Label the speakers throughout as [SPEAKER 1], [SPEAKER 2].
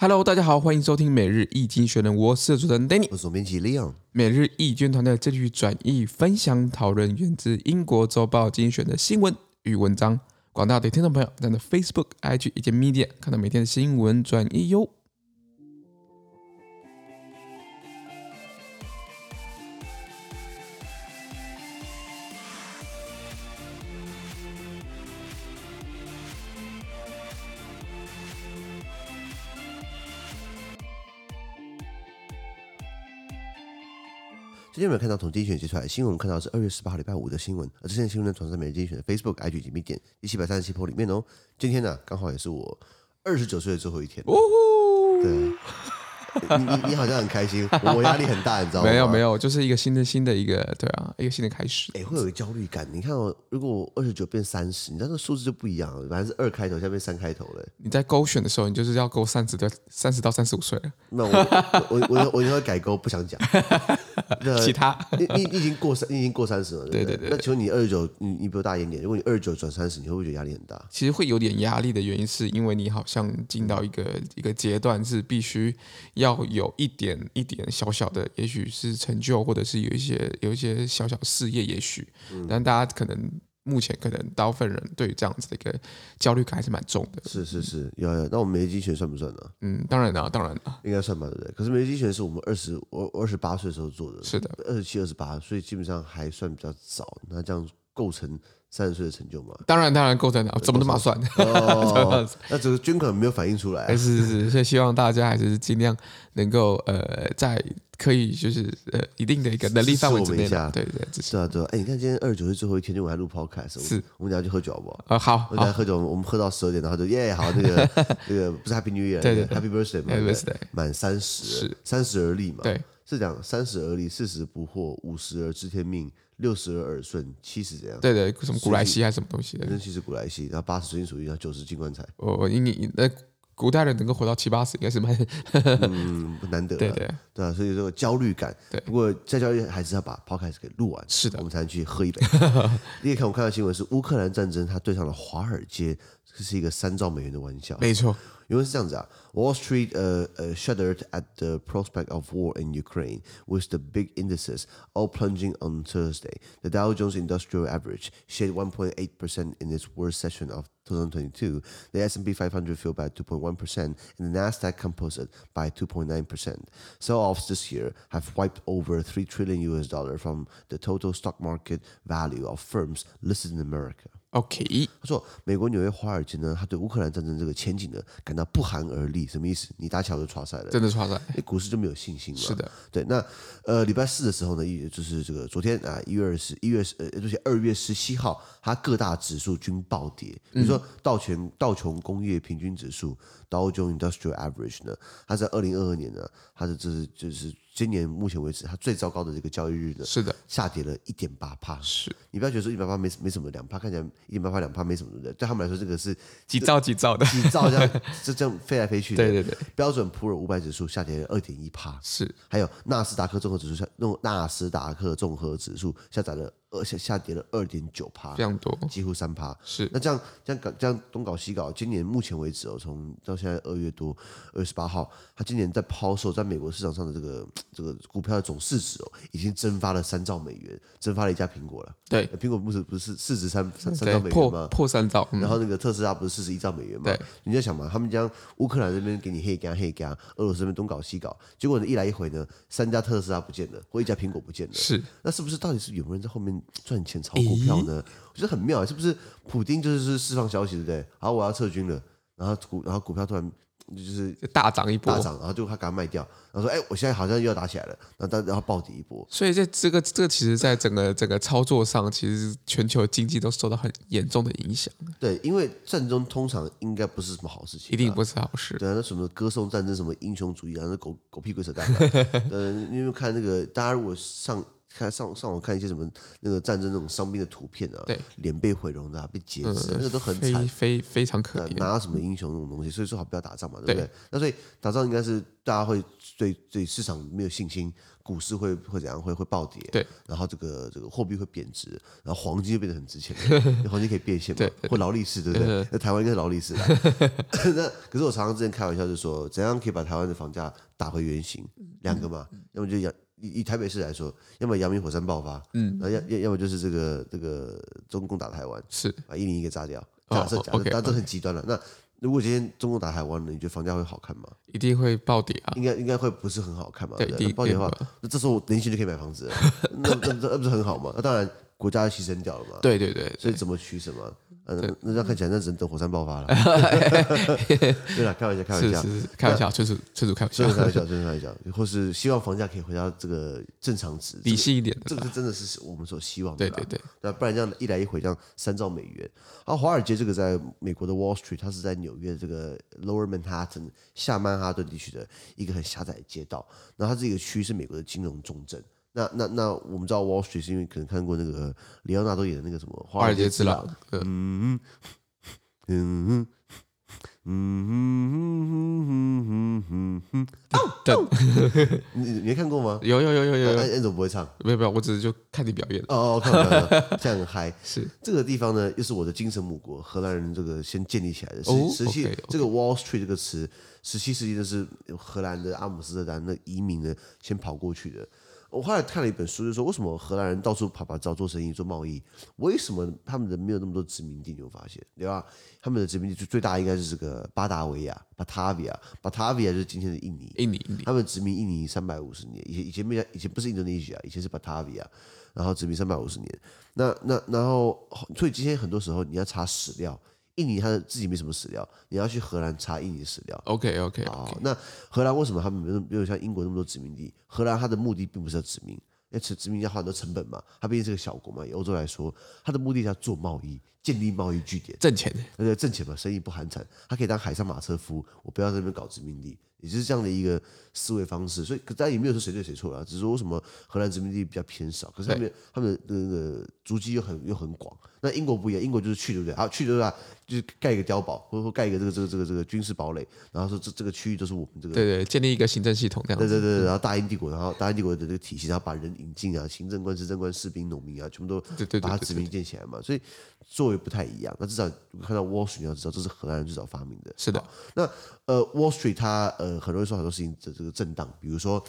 [SPEAKER 1] Hello，大家好，欢迎收听每日易经学人，我是主持人 Danny。
[SPEAKER 2] 我是总编辑 Leon。
[SPEAKER 1] 每日易经团队致力于转译、分享、讨论源自英国周报精选的新闻与文章。广大的听众朋友，在我们的 Facebook、IG 以及 Media 看到每天的新闻转译哟。
[SPEAKER 2] 今天有没有看到从精选截出来的新闻？我们看到的是二月十八号礼拜五的新闻，而这篇新闻呢，传在每日精选的 Facebook、IG 以及 B 点第七百三十七铺里面哦。今天呢、刚好也是我二十九岁的最后一天。
[SPEAKER 1] 呜呼！
[SPEAKER 2] 对，你你你好像很开心，我我压力很大，你知道吗？
[SPEAKER 1] 没有没。有，就是一个新的新的一个对啊，一个新的开始。
[SPEAKER 2] 哎、会有焦虑感。你看哦，如果我二十九变三十，你知道那数字就不一样了，本来是二开头，现在变三开头了。
[SPEAKER 1] 你在勾选的时候，你就是要勾三十到三十到三十五岁了，
[SPEAKER 2] 那我我我我我以后改勾，不 想讲。对
[SPEAKER 1] 其他
[SPEAKER 2] 你你你已经过三，你已经过三十了，对
[SPEAKER 1] 对
[SPEAKER 2] 不对
[SPEAKER 1] 对对
[SPEAKER 2] 那请问你二十九，你你比我大一点点，如果你二十九转三十，你会不会觉得压力很大？
[SPEAKER 1] 其实会有点压力的原因，是因为你好像进到一个一个阶段，是必须要有一点一点小小的，也许是成就，或者是有一些有一些小小事业，也许，
[SPEAKER 2] 嗯
[SPEAKER 1] 但大家可能目前可能大部分人对于这样子的一个焦虑感还是蛮重的。
[SPEAKER 2] 是是是，有有。那我们梅精选算不算呢、
[SPEAKER 1] 嗯，当然啦，当然啦，
[SPEAKER 2] 应该算吧，对不对？可是梅精选是我们二十我二十八岁的时候做的，
[SPEAKER 1] 是的，
[SPEAKER 2] 二十七、二十八，所以基本上还算比较早。那这样构成三十岁的 成就吗？
[SPEAKER 1] 当然当然构成了，怎么那么算？
[SPEAKER 2] 哦，那只是捐款没有反映出来、
[SPEAKER 1] 还
[SPEAKER 2] 啊。
[SPEAKER 1] 是是是，所以希望大家还是尽量能够呃，在可以就是呃一定的一个能力范围之内
[SPEAKER 2] 支持我
[SPEAKER 1] 啦，
[SPEAKER 2] 们一
[SPEAKER 1] 对
[SPEAKER 2] 下
[SPEAKER 1] 对，只是
[SPEAKER 2] 对啊，对啊。哎，你看今天二十九岁最后一天，就我还录 podcast，我
[SPEAKER 1] 是
[SPEAKER 2] 们我们等一下去喝酒好不好？
[SPEAKER 1] 呃好
[SPEAKER 2] 我们等一
[SPEAKER 1] 好
[SPEAKER 2] 下喝酒，我们喝到十二点，然后就耶，好，那 个那个不是 Happy New Year，
[SPEAKER 1] 对对
[SPEAKER 2] 那个 Happy Birthday 嘛
[SPEAKER 1] Happy
[SPEAKER 2] 对
[SPEAKER 1] birthday
[SPEAKER 2] 满三十
[SPEAKER 1] 是，
[SPEAKER 2] 三十而立嘛，
[SPEAKER 1] 对，
[SPEAKER 2] 是这样，三十而立，四十不惑，五十而知天命，六十而耳顺，七十怎样？
[SPEAKER 1] 对对，什么古莱西啊还是什么东西的
[SPEAKER 2] 人，生七十古来稀，然后八十随心所欲，然后九十进棺材，
[SPEAKER 1] 我我应你那古代人能够活到七八十，应该是蛮
[SPEAKER 2] 嗯，难得
[SPEAKER 1] 对
[SPEAKER 2] 了，
[SPEAKER 1] 对，
[SPEAKER 2] 对啊，所以这个焦虑感，
[SPEAKER 1] 对
[SPEAKER 2] 不过再焦虑还是要把 podcast 给录完，
[SPEAKER 1] 是的
[SPEAKER 2] 我们才能去喝 一杯。你也看我看到新闻是乌克兰战争，它对上了华尔街，这是一个三兆美元的玩笑，
[SPEAKER 1] 没错，
[SPEAKER 2] 因为是这样子啊，Wall Street 呃呃 shuddered at the prospect of war in Ukraine, with the big indices all plunging on Thursday. The Dow Jones Industrial Average shed 1.8 percent in its worst session of 2022. The S&P 500 fell by 2.1 percent, and the Nasdaq Composite by 2.9 percent. Sell-offs this year have wiped over 3 trillion US dollar from the total stock market value of firms listed in America.
[SPEAKER 1] OK，
[SPEAKER 2] 他说，美国纽约华尔街呢，他对乌克兰战争这个前景呢感到不寒而栗。什么意思？你打起来我就垮赛了，
[SPEAKER 1] 真的刷出来，
[SPEAKER 2] 那股市就没有信心了。
[SPEAKER 1] 是的，
[SPEAKER 2] 对。那呃，礼拜四的时候呢，也就是这个昨天啊，一月二十一月十呃，就是二月十七号，它各大指数均暴跌。
[SPEAKER 1] 嗯
[SPEAKER 2] 比如说道琼道琼工业平均指数 Dow Jones Industrial Average 呢，它在二零二二年呢，它的这是就是今年目前为止它最糟糕的这个交易日呢，
[SPEAKER 1] 是的，
[SPEAKER 2] 下跌了一点八帕。
[SPEAKER 1] 是
[SPEAKER 2] 你不要觉得说一百八没没什么，两趴看起来一点八趴两趴没什么，对不对？对他们来说，这个是
[SPEAKER 1] 几兆几兆的，
[SPEAKER 2] 几兆这样这这样飞来飞去 的。
[SPEAKER 1] 对对对，
[SPEAKER 2] 标准普尔五百指数下跌二点一趴，
[SPEAKER 1] 是
[SPEAKER 2] 还有纳斯达克综合指数下，用纳斯达克综合指数下载了二下下跌了二点九趴
[SPEAKER 1] 非，常多，
[SPEAKER 2] 几乎三趴。
[SPEAKER 1] 是
[SPEAKER 2] 那这样这样搞这样东搞西搞，今年目前为止哦，从到现在二月多二十八号，它今年在抛售在美国市场上的这个这个股票的总市值哦，已经蒸发了三兆美元，蒸发了一家苹果了。
[SPEAKER 1] 对
[SPEAKER 2] 呃苹果不是不是市值三三三
[SPEAKER 1] 对
[SPEAKER 2] 兆美元
[SPEAKER 1] 破
[SPEAKER 2] 吗？
[SPEAKER 1] 破三兆，嗯
[SPEAKER 2] 然后那个特斯拉不是四十一兆美元嘛
[SPEAKER 1] 对？
[SPEAKER 2] 你在想嘛，他们将乌克兰这边给你黑干黑干，俄罗斯这边东搞西搞，结果呢一来一回呢，三家特斯拉不见了，或一家苹果不见了，
[SPEAKER 1] 是
[SPEAKER 2] 那是不是到底是有没有人在后面赚钱炒股票呢？我觉得很妙，是不是？普丁就是释放消息，对不对？好，我要撤军了，然后股然后股票突然就是
[SPEAKER 1] 就大涨一波
[SPEAKER 2] 大。涨，然后就他赶快卖掉，然后说哎，我现在好像又要打起来了，然后但然后暴跌一波，
[SPEAKER 1] 所以在这个这个其实，在整个整个操作上，其实全球经济都受到很严重的影响，
[SPEAKER 2] 对，因为战争通常应该不是什么好事情啊，
[SPEAKER 1] 嗯一定不是好事。
[SPEAKER 2] 对啊，那什么歌颂 战争、什么英雄主义啊，那狗狗屁鬼扯淡啊。呃，因为看那个大家如果上看上上网看一些什么那个战争那种伤兵的图片啊，
[SPEAKER 1] 对，嗯
[SPEAKER 2] 脸被毁容的、啊、被截肢，那个都很
[SPEAKER 1] 非
[SPEAKER 2] 惨。
[SPEAKER 1] 非非常可
[SPEAKER 2] 那
[SPEAKER 1] 怜。
[SPEAKER 2] 哪有什么英雄那种东西？所以说好不要打仗嘛，对不
[SPEAKER 1] 对
[SPEAKER 2] 对？那所以打仗应该是大家会对对市场没有信心，股市会会怎样？会会暴跌，
[SPEAKER 1] 对。
[SPEAKER 2] 然后这个这个货币会贬值，然后黄金就变得很 值钱，因为黄金可以变现嘛，
[SPEAKER 1] 对
[SPEAKER 2] 或劳力士，对不对？那台湾应该是劳力士啦。 那可是我常常之前开玩笑就说，怎样可以把台湾的房价打回原形？两个嘛，要么就阳以以台北市来说，要么阳明火山爆发，嗯，然后要要要么就是这个这个中共打台湾，
[SPEAKER 1] 是
[SPEAKER 2] 把一零一给炸掉。
[SPEAKER 1] 哦
[SPEAKER 2] 假设假设，
[SPEAKER 1] OK，
[SPEAKER 2] 但这很极端了。那如果今天中国打台湾了，你觉得房价会好看吗？
[SPEAKER 1] 一定会暴跌啊！
[SPEAKER 2] 应该应该会不是很好看嘛？
[SPEAKER 1] 对
[SPEAKER 2] 不
[SPEAKER 1] 一定
[SPEAKER 2] 那暴跌的话
[SPEAKER 1] 一定，
[SPEAKER 2] 那这时候我年薪就可以买 房子了，那那那那不是很好吗？那当然国家牺牲掉了嘛。
[SPEAKER 1] 对对对，
[SPEAKER 2] 所以 怎么取什么？呃，那那这样看起来，那只能等火山爆 发了。对了，开玩笑，开玩
[SPEAKER 1] 是
[SPEAKER 2] 笑，
[SPEAKER 1] 是是，开玩笑，纯属纯属开玩笑
[SPEAKER 2] 真的，开玩笑，真的开玩笑，或是希望房价可以回到这个正常值。
[SPEAKER 1] 理
[SPEAKER 2] 这个
[SPEAKER 1] 性一点的
[SPEAKER 2] 这
[SPEAKER 1] 啦。
[SPEAKER 2] 个是真的是我们所希望的
[SPEAKER 1] 对
[SPEAKER 2] 啦。
[SPEAKER 1] 对对，
[SPEAKER 2] 那不然这样一来一回这样三兆美元。然后华尔街这个在美国的 Wall Street，它是在纽约这个 Lower Manhattan 下曼哈顿地区的一个很狭窄的街道。然后它这个区是美国的金融重镇。那那那我们知道 Wall Street 是因为可能看过那个里奥纳多演的那个什么《华
[SPEAKER 1] 华尔街
[SPEAKER 2] 之
[SPEAKER 1] 之
[SPEAKER 2] 狼
[SPEAKER 1] 狼》，呃
[SPEAKER 2] 嗯嗯嗯嗯嗯嗯嗯，
[SPEAKER 1] 等
[SPEAKER 2] 你你没看过吗？
[SPEAKER 1] 有有有有有
[SPEAKER 2] 那
[SPEAKER 1] 有，
[SPEAKER 2] 那怎么不会唱？
[SPEAKER 1] 没有没有，我只是就看你表演了。
[SPEAKER 2] 哦哦，看完了， 这样很嗨。
[SPEAKER 1] 是
[SPEAKER 2] 这个地方呢，又是我的精神母国，荷兰人这个先建立起来的。
[SPEAKER 1] 哦
[SPEAKER 2] 十十七、
[SPEAKER 1] OK，OK
[SPEAKER 2] 这个 Wall Street 这个词，十七世纪就是呃荷兰的阿姆斯特丹的移民呢，先跑过去的。哦我后来看了一本书，就说为什么荷兰人到处跑跑找做生意、做贸易，为什么他们的没有那么多殖民地？你会发现，对吧？他们的殖民地最最大应该是这个巴达维亚 （Batavia），Batavia 就是今天的印尼。
[SPEAKER 1] 印尼印尼，
[SPEAKER 2] 他们殖民印尼三百五十年，以前以前没有以前不是 Indonesia，以前是 Batavia，然后殖民三百五十年。那那然后，所以今天很多时候你要查史料，印尼它自己没什么史料，你要去荷兰查印尼史料。
[SPEAKER 1] OK OK
[SPEAKER 2] 哦
[SPEAKER 1] OK，，
[SPEAKER 2] 那荷兰为什么他们没有没有像英国那么多殖民地？荷兰它的目的并不是要殖民，因为殖殖民要花很多成本嘛，它毕竟是个小国嘛，以欧洲来说，它的目的是要做贸易，建立贸易据点。
[SPEAKER 1] 挣钱
[SPEAKER 2] 那个挣钱嘛，生意不寒碜，他可以当海上马车夫，我不要在那边搞殖民地，也就是这样的一个思维方式。所以，可大家也没有说谁对谁错啦，只是说为什么荷兰殖民地比较偏少，可是他们他们的那个足迹又很又很广。那英国不一样，英国就是去对不对？啊，去对不对？就是盖一个碉堡，或者说盖一个这个这个这个这个军事堡垒，然后说这这个区域都是我们这个
[SPEAKER 1] 对对，建立一个行政系统这样
[SPEAKER 2] 对
[SPEAKER 1] 子。
[SPEAKER 2] 对对，对然后大英帝国，然后大英帝国的这个体系，然后把人引进啊，行政官、执政官、士兵、农民啊，全部都
[SPEAKER 1] 对对对
[SPEAKER 2] 把它
[SPEAKER 1] 对
[SPEAKER 2] 殖民建起来嘛，所以作为不太一样。那至少看到 Wall Street，你要知道这是荷兰人最早发明的。
[SPEAKER 1] 是的，
[SPEAKER 2] 那呃，Wall Street 它呃很容易受很多事情的这个震荡，比如说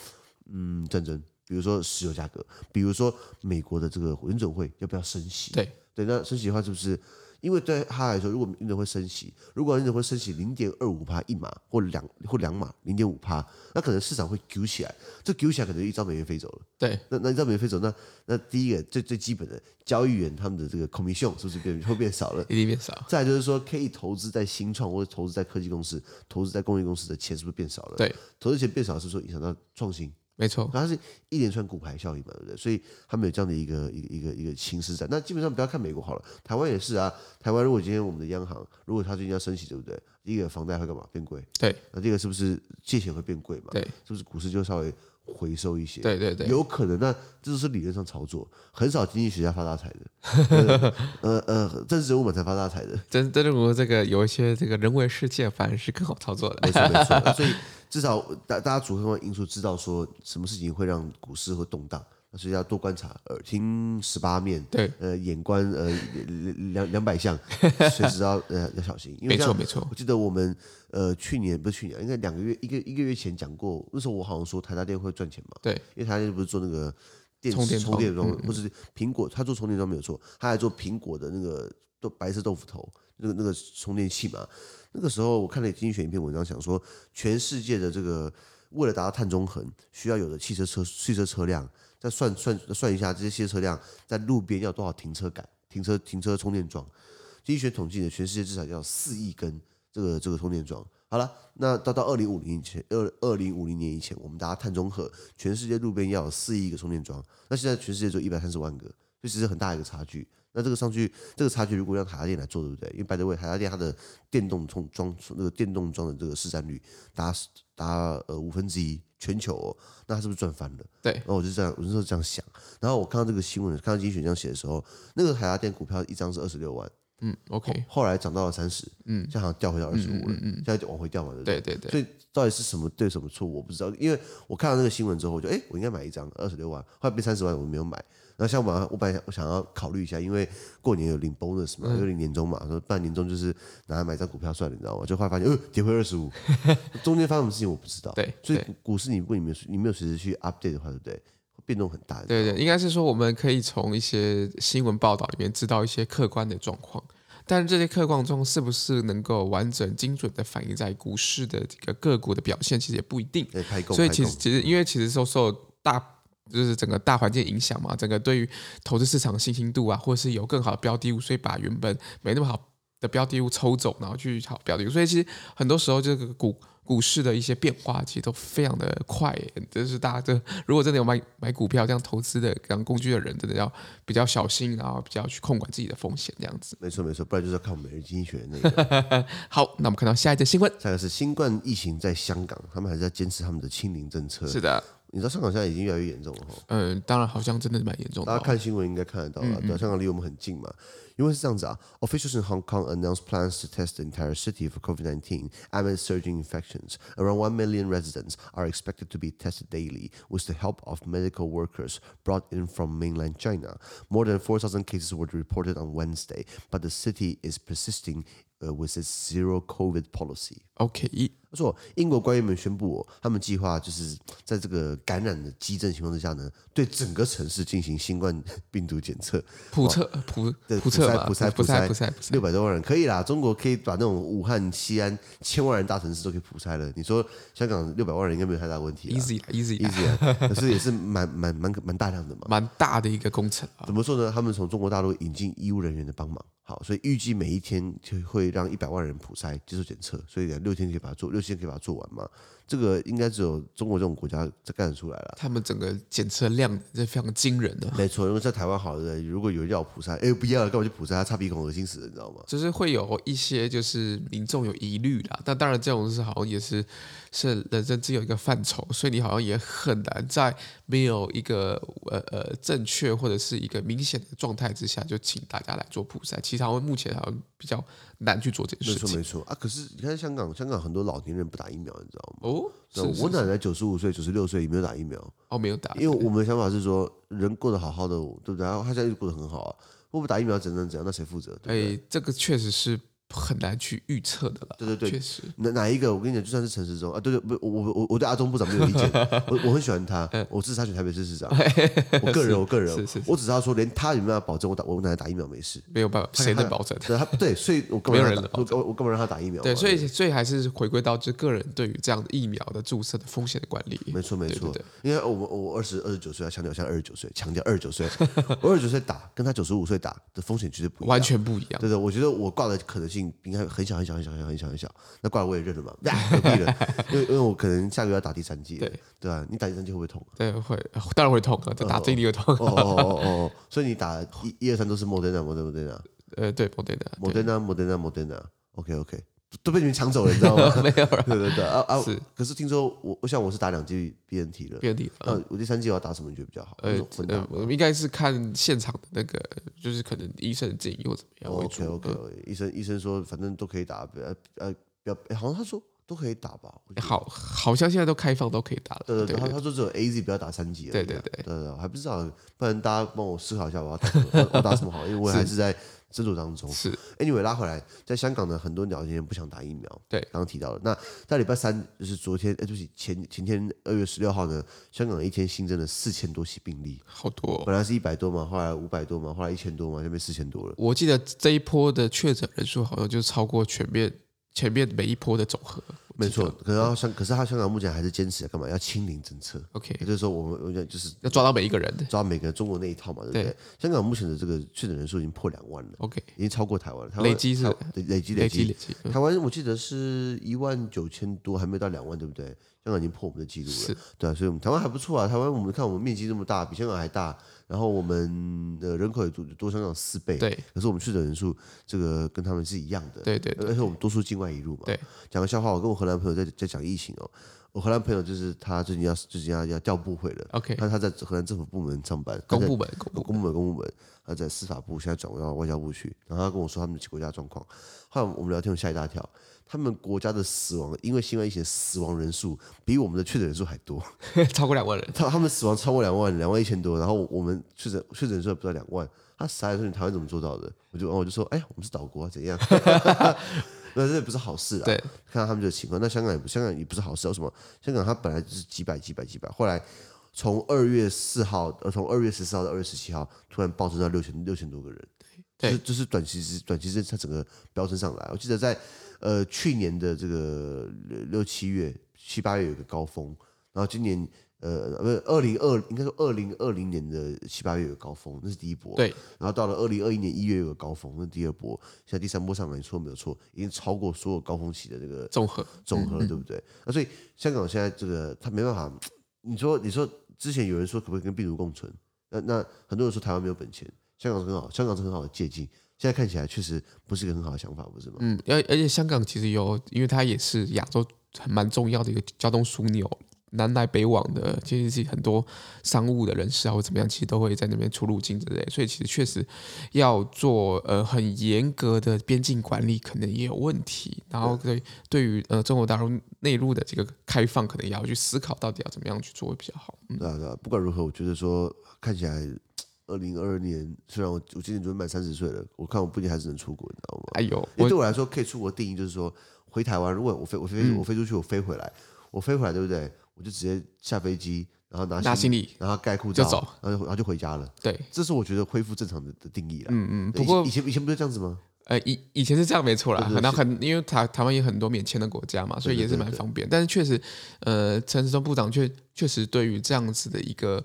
[SPEAKER 2] 嗯战争，比如说石油价格，比如说美国的这个联准会要不要升息？
[SPEAKER 1] 对
[SPEAKER 2] 对，那升息的话是不是？因为对他来说，如果联准会升息，如果联准会升息零点二五帕一码或两或两码零点五帕，那可能市场会揪起来，这揪起来可能就一张美元飞走了。
[SPEAKER 1] 对
[SPEAKER 2] 那那一张美元飞走，那那第一个最最基本的交易员他们的这个 commission 是不是变会变少了？
[SPEAKER 1] 一定变少。
[SPEAKER 2] 再来就是说，可以投资在新创或者投资在科技公司、投资在工业公司的钱是不是变少了？，
[SPEAKER 1] 对，
[SPEAKER 2] 投资钱变少是不是说影响到创新，
[SPEAKER 1] 没错，
[SPEAKER 2] 它是一连串骨牌效应嘛，对不对？所以他们有这样的一个一个一个一个形势在。那基本上不要看美国好了，台湾也是啊。台湾如果今天我们的央行如果它最近要升息，对不对？第一个房贷会干嘛变贵？
[SPEAKER 1] 对
[SPEAKER 2] 那第二个是不是借钱会变贵嘛？
[SPEAKER 1] 对，
[SPEAKER 2] 是不是股市就稍微回收一些？
[SPEAKER 1] 对对对，
[SPEAKER 2] 有可能，那这就是理论上操作，很少经济学家发大财 的，呃呃呃，政治人物们才发大财的，
[SPEAKER 1] 真真正如这个有一些这个人为世界反而是更好操作的。
[SPEAKER 2] 没错没 错。那所以至少大大家主观因素知道说什么事情会让股市会动荡，那所以要多观察，耳听十八面，
[SPEAKER 1] 对，
[SPEAKER 2] 呃，眼观呃两两两百项，随时要呃要小心，因为
[SPEAKER 1] 没
[SPEAKER 2] 像
[SPEAKER 1] 错没错，
[SPEAKER 2] 我记得我们呃去年不是去年，应该两个月一个一个月前讲过，那时候我好像说台达电会赚钱嘛，
[SPEAKER 1] 对，
[SPEAKER 2] 因为台达电不是做那个电
[SPEAKER 1] 充
[SPEAKER 2] 池
[SPEAKER 1] 电
[SPEAKER 2] 充
[SPEAKER 1] 桩嗯
[SPEAKER 2] 电桩，不是苹果，他做充电桩没有错，他还做苹果的那个豆白色豆腐头那个那个充电器嘛。那个时候我看了经济学一篇文章，想说全世界的这个为了达到碳中和，需要有的汽车车汽车车辆，再算算算一下这些汽车车辆在路边要多少停车杆、停车停车充电桩。经济学统计呢，全世界至少要四亿根这个这个充电桩。好了，那到到二零五零以前，二二零五零年以前，我们大家碳中和，全世界路边要有四亿个充电桩。那现在全世界只有一百三十万个，所以其实很大一个差距。那这个上去，这个差距如果让台达电来做，对不对？因为 by the way，台达电它的电动充装那个电动装的这个市占率达达呃五分之一全球、哦，那它是不是赚翻了？
[SPEAKER 1] 对
[SPEAKER 2] 然，后我就这样，我那时候这样想。然后我看到这个新闻，看到金选这样写的时候，那个海达电股票一张是二十六万，
[SPEAKER 1] 嗯，OK，
[SPEAKER 2] 后来涨到了三十，嗯，现在好像掉回到二十五了，嗯，现在往回掉嘛，对不
[SPEAKER 1] 对对对，
[SPEAKER 2] 所以到底是什么对什么错，我不知道。因为我看到那个新闻之后，我就哎、诶我应该买一张二十六万，后来变三十万，我没有买。然后像我本来我本来想我想要考虑一下，因为过年有领 bonus 嘛，
[SPEAKER 1] 嗯
[SPEAKER 2] 有领年终嘛，说半年终就是拿来买张股票算了，你知道吗？就后来 发现，呃，跌回二十五，中间发生什么事情我不知道。
[SPEAKER 1] 对
[SPEAKER 2] 所以
[SPEAKER 1] 对
[SPEAKER 2] 股股市你如果你没有你没有随时去 update 的话，对不对？会变动很大。
[SPEAKER 1] 对对，应该是说我们可以从一些新闻报道里面知道一些客观的状况，但是这些客观中是不是能够完整精准的反映在股市的这个个股的表现，其实也不一定。
[SPEAKER 2] 对，拍够。
[SPEAKER 1] 所以
[SPEAKER 2] 拍
[SPEAKER 1] 其
[SPEAKER 2] 够
[SPEAKER 1] 实其实因为其实受受大就是整个大环境影响嘛，整个对于投资市场信心度啊，或是有更好的标的物，所以把原本没那么好的标的物抽走，然后去炒标的物。所以其实很多时候这个股股市的一些变化，其实都非常的快耶、就是大家这如果真的有买买股票这样投资的这样工具的人，真的要比较小心，然后比较去控管自己的风险这样子。
[SPEAKER 2] 没错没错，不然就是要看我们每日经济学的那个。
[SPEAKER 1] 好，那我们看到下一则新闻。
[SPEAKER 2] 下一个是新冠疫情在香港，他们还是在坚持他们的清零政策。
[SPEAKER 1] 是的，
[SPEAKER 2] 你知道香港现在已经越来越严重了哈。
[SPEAKER 1] 嗯、当然好像真的蛮严重的
[SPEAKER 2] 大
[SPEAKER 1] 哦、
[SPEAKER 2] 家看新闻应该看得到啦，对啊，香港离我们很近嘛。因为是这样子啊，officials in Hong Kong announced plans to test the entire city for COVID-19 amid surging infections. Around 1 million residents are expected to be tested daily with the help of medical workers brought in from mainland China. More than 4,000 cases were reported on Wednesday, but the city is persisting uh, with its zero COVID policy.
[SPEAKER 1] OK，
[SPEAKER 2] 他说，英国官员们宣布、哦，他们计划就是在这个感染的激增情况之下呢，对整个城市进行新冠病毒检测，
[SPEAKER 1] 普测普
[SPEAKER 2] 哦对，
[SPEAKER 1] 普测
[SPEAKER 2] 塞
[SPEAKER 1] 嘛，
[SPEAKER 2] 普塞
[SPEAKER 1] 普
[SPEAKER 2] 塞
[SPEAKER 1] 普塞普塞
[SPEAKER 2] 六百多万人可以啦，中国可以把那种武汉、西安千万人大城市都可以普筛了。你说香港六百万人应该没有太大问题啦
[SPEAKER 1] easy 啦 easy 啦
[SPEAKER 2] 啊 easy 啊，可是也是蛮蛮蛮蛮大量的嘛。
[SPEAKER 1] 蛮大的一个工程啊。
[SPEAKER 2] 怎么说呢？他们从中国大陆引进医务人员的帮忙，好，所以预计每一天就会让一百万人普筛接受检测，所以六天可以把它做，六天可以把它做完嘛。这个应该只有中国这种国家才干得出来了。
[SPEAKER 1] 他们整个检测量是非常惊人啊的，
[SPEAKER 2] 没错，因为在台湾好的，如果有人要我普筛，哎，不要了，干嘛去普筛？他擦鼻孔，恶心死了，你知道吗？
[SPEAKER 1] 就是会有一些就是民众有疑虑啦。但当然这种事好像也是是人生只有一个范畴，所以你好像也很难在没有一个呃呃正确或者是一个明显的状态之下，就请大家来做普筛。其实好像目前好像比较难去做这件
[SPEAKER 2] 没
[SPEAKER 1] 事
[SPEAKER 2] 错
[SPEAKER 1] 情。
[SPEAKER 2] 没错啊，可是你看香港，香港很多老年人不打疫苗，你知道吗？
[SPEAKER 1] 哦，是
[SPEAKER 2] 对
[SPEAKER 1] 是
[SPEAKER 2] 我奶奶九十五岁、九十六岁也没有打疫苗，
[SPEAKER 1] 哦没有打，
[SPEAKER 2] 因为我们的想法是说，人过得好好的，对不对？然后他现在一直过得很好啊，会不打疫苗怎样怎样，那谁负责？对不对
[SPEAKER 1] 哎这个确实是很难去预测的了。
[SPEAKER 2] 对对对
[SPEAKER 1] 确实。
[SPEAKER 2] 哪哪一个？我跟你讲，就算是陈时中啊，对对，不，我我我我对阿中部长没有 意见，我我很喜欢他，我支持他选台北市市长。我个人，我个人，
[SPEAKER 1] 哎是是是
[SPEAKER 2] 我只是要说，连他有没有保证我打我奶奶打疫苗没事？
[SPEAKER 1] 没有办法，谁能保证？
[SPEAKER 2] 对他对，所以我干
[SPEAKER 1] 没有
[SPEAKER 2] 嘛让
[SPEAKER 1] 人
[SPEAKER 2] 他
[SPEAKER 1] 能
[SPEAKER 2] 打？我我我干嘛让他打疫苗嘛？
[SPEAKER 1] 对，所以所以还是回归到这个人对于这样的疫苗的注射的风险的管理。
[SPEAKER 2] 没错没错
[SPEAKER 1] 对，
[SPEAKER 2] 因为我们我二十二十九岁要强调一下二十九岁，强调二十九岁，我二十九岁打跟他九十五岁打的风险绝对不一样
[SPEAKER 1] 完。全不一样。
[SPEAKER 2] 对对，我觉得我挂的可能性应该很小很小很小很小很小很小，那挂了我也认了嘛， 呀，何必呢？因为因为我可能下个月要打第三剂了，
[SPEAKER 1] 对
[SPEAKER 2] 对啊，你打第三剂会不会痛啊？
[SPEAKER 1] 对，会当然会痛啊，这打这一定会痛。
[SPEAKER 2] 哦哦哦哦哦，所以你打一、一二、三都是 Moderna、Moderna、
[SPEAKER 1] 呃，对，不对的，对
[SPEAKER 2] Moderna、Moderna、Moderna。OK OK，都被你们抢走了，你知道吗？
[SPEAKER 1] 没有了，
[SPEAKER 2] 对对对，啊啊
[SPEAKER 1] 是！
[SPEAKER 2] 可是听说我，我想我是打两剂 BNT 了，
[SPEAKER 1] 别的地
[SPEAKER 2] 那
[SPEAKER 1] 方。
[SPEAKER 2] 我第三剂我要打什么你觉得比较好？
[SPEAKER 1] 呃
[SPEAKER 2] 那种混打
[SPEAKER 1] 呃，我们应该是看现场的那个，就是可能医生的建议或怎么样为
[SPEAKER 2] OK
[SPEAKER 1] 主。
[SPEAKER 2] OK，医哦生医生说反正都可以打，不要呃不要，哎好像他说都可以打吧？我
[SPEAKER 1] 哎
[SPEAKER 2] 觉得
[SPEAKER 1] 好，好像现在都开放都可以打了。
[SPEAKER 2] 对对
[SPEAKER 1] 对
[SPEAKER 2] 对，他他说只有 A Z 不要打三级而已啊。
[SPEAKER 1] 对对对
[SPEAKER 2] 对对，我还不知道，不然大家帮我思考一下，我要打什么我我打什么好？因为我还是在斟酌当中。
[SPEAKER 1] 是
[SPEAKER 2] Anyway，拉回来，在香港呢，很多老年人不想打疫苗。
[SPEAKER 1] 对
[SPEAKER 2] 刚刚提到了。那在礼拜三，就是昨天，呃，就是前前天二月十六号呢，香港一天新增了四千多起病例，
[SPEAKER 1] 好多哦。
[SPEAKER 2] 本来是一百多嘛，后来五百多嘛，后来一千多嘛，现在四千多了。
[SPEAKER 1] 我记得这一波的确诊人数好像就超过全面前面每一波的总和，我
[SPEAKER 2] 没错。可是他香，可是他香港目前还是坚持要干嘛？要清零政策。
[SPEAKER 1] OK
[SPEAKER 2] 也就是说，我们我讲就是
[SPEAKER 1] 要抓到每一个人的。
[SPEAKER 2] 抓每个中国那一套嘛，对不对？
[SPEAKER 1] 对
[SPEAKER 2] 香港目前的这个确诊人数已经破两万了，
[SPEAKER 1] OK，
[SPEAKER 2] 已经超过台湾了。台湾
[SPEAKER 1] 累积是
[SPEAKER 2] 台对累积
[SPEAKER 1] 累积
[SPEAKER 2] 积
[SPEAKER 1] 累。积，
[SPEAKER 2] 台湾我记得是一万九千多，还没有到两万，对不对？香港已经破我们的记录了
[SPEAKER 1] 是，
[SPEAKER 2] 对啊，所以我们台湾还不错啊。台湾我们看我们面积这么大，比香港还大，然后我们的人口也多多香港四倍，
[SPEAKER 1] 对
[SPEAKER 2] 可是我们确诊人数这个跟他们是一样的，
[SPEAKER 1] 对对对
[SPEAKER 2] 而且我们多数境外一路嘛。
[SPEAKER 1] 对，
[SPEAKER 2] 讲个笑话，我跟我荷兰朋友在在讲疫情哦。我荷兰朋友就是他最近要最近要要调部会了
[SPEAKER 1] OK
[SPEAKER 2] 他他在荷兰政府部门上班，他
[SPEAKER 1] 公
[SPEAKER 2] 在
[SPEAKER 1] 部门公部
[SPEAKER 2] 公部门公部门，他在司法部现在转到外交部去，然后他跟我说他们国家状况，后来我们聊天我吓一大跳，他们国家的死亡因为新冠疫情的死亡人数比我们的确诊人数还多，
[SPEAKER 1] 门超过两万人，
[SPEAKER 2] 他他们死亡超过两万，两万一千多，然后我们确诊确诊人数还不到两万，他傻眼说你台湾怎么做到的？我就然后我就说，哎呀，我们是岛国、啊、怎样？ 那这也不是好事啊。
[SPEAKER 1] 对，
[SPEAKER 2] 看到他们的情况。那香港也不，香港也不是好事啊。为什么？香港它本来就是几百、几百、几百，后来从二月四号，呃，从二月十四号到二月十七号，突然暴增到六千六千多个人，就
[SPEAKER 1] 对
[SPEAKER 2] 是就是短期之短期之，它整个飙升上来。我记得在呃去年的这个呃六七月、七八月有一个高峰，然后今年。呃，不是二零二，应该说二零二零年的七八月有个高峰，那是第一波。
[SPEAKER 1] 对，
[SPEAKER 2] 然后到了二零二一年一月有个高峰，那第二波，现在第三波上来，你说没有错，已经超过所有高峰期的这个
[SPEAKER 1] 综合
[SPEAKER 2] 总和了，
[SPEAKER 1] 嗯
[SPEAKER 2] 对不对？那所以香港现在这个他没办法，你说你说之前有人说可不可以跟病毒共存？那那很多人说台湾没有本钱，香港是很好，香港是很好的借鉴。现在看起来确实不是一个很好的想法，不是吗？
[SPEAKER 1] 嗯，而而且香港其实有，因为它也是亚洲很蛮重要的一个交通枢纽，南来北往的，其实是很多商务的人士啊或怎么样，其实都会在那边出入境之类，所以其实确实要做呃很严格的边境管理，可能也有问题。然后对对于呃中国大陆内陆的这个开放，可能也要去思考到底要怎么样去做会比较好。嗯，
[SPEAKER 2] 对啊，对啊。不管如何，我觉得说看起来，二零二二年虽然我我今年准备满三十岁了，我看我不仅还是能出国，你知道吗？
[SPEAKER 1] 哎呦，我
[SPEAKER 2] 因为对我来说，可以出国定义就是说，回台湾，如果我飞我飞、
[SPEAKER 1] 嗯
[SPEAKER 2] 我飞出去，我飞回来，我飞回来对不对？我就直接下飞机，然后拿
[SPEAKER 1] 拿行李
[SPEAKER 2] 然后盖护照，
[SPEAKER 1] 就走，
[SPEAKER 2] 然后就然后就回家了。
[SPEAKER 1] 对，
[SPEAKER 2] 这是我觉得恢复正常的的定义了。嗯
[SPEAKER 1] 嗯，不过
[SPEAKER 2] 以前以前以前不是这样子吗？
[SPEAKER 1] 呃，以以前是这样没错啦，
[SPEAKER 2] 对对
[SPEAKER 1] 然后很因为台台湾也很多免签的国家嘛，所以也是蛮方便。但是确实，呃，陈时中部长确确实对于这样子的一个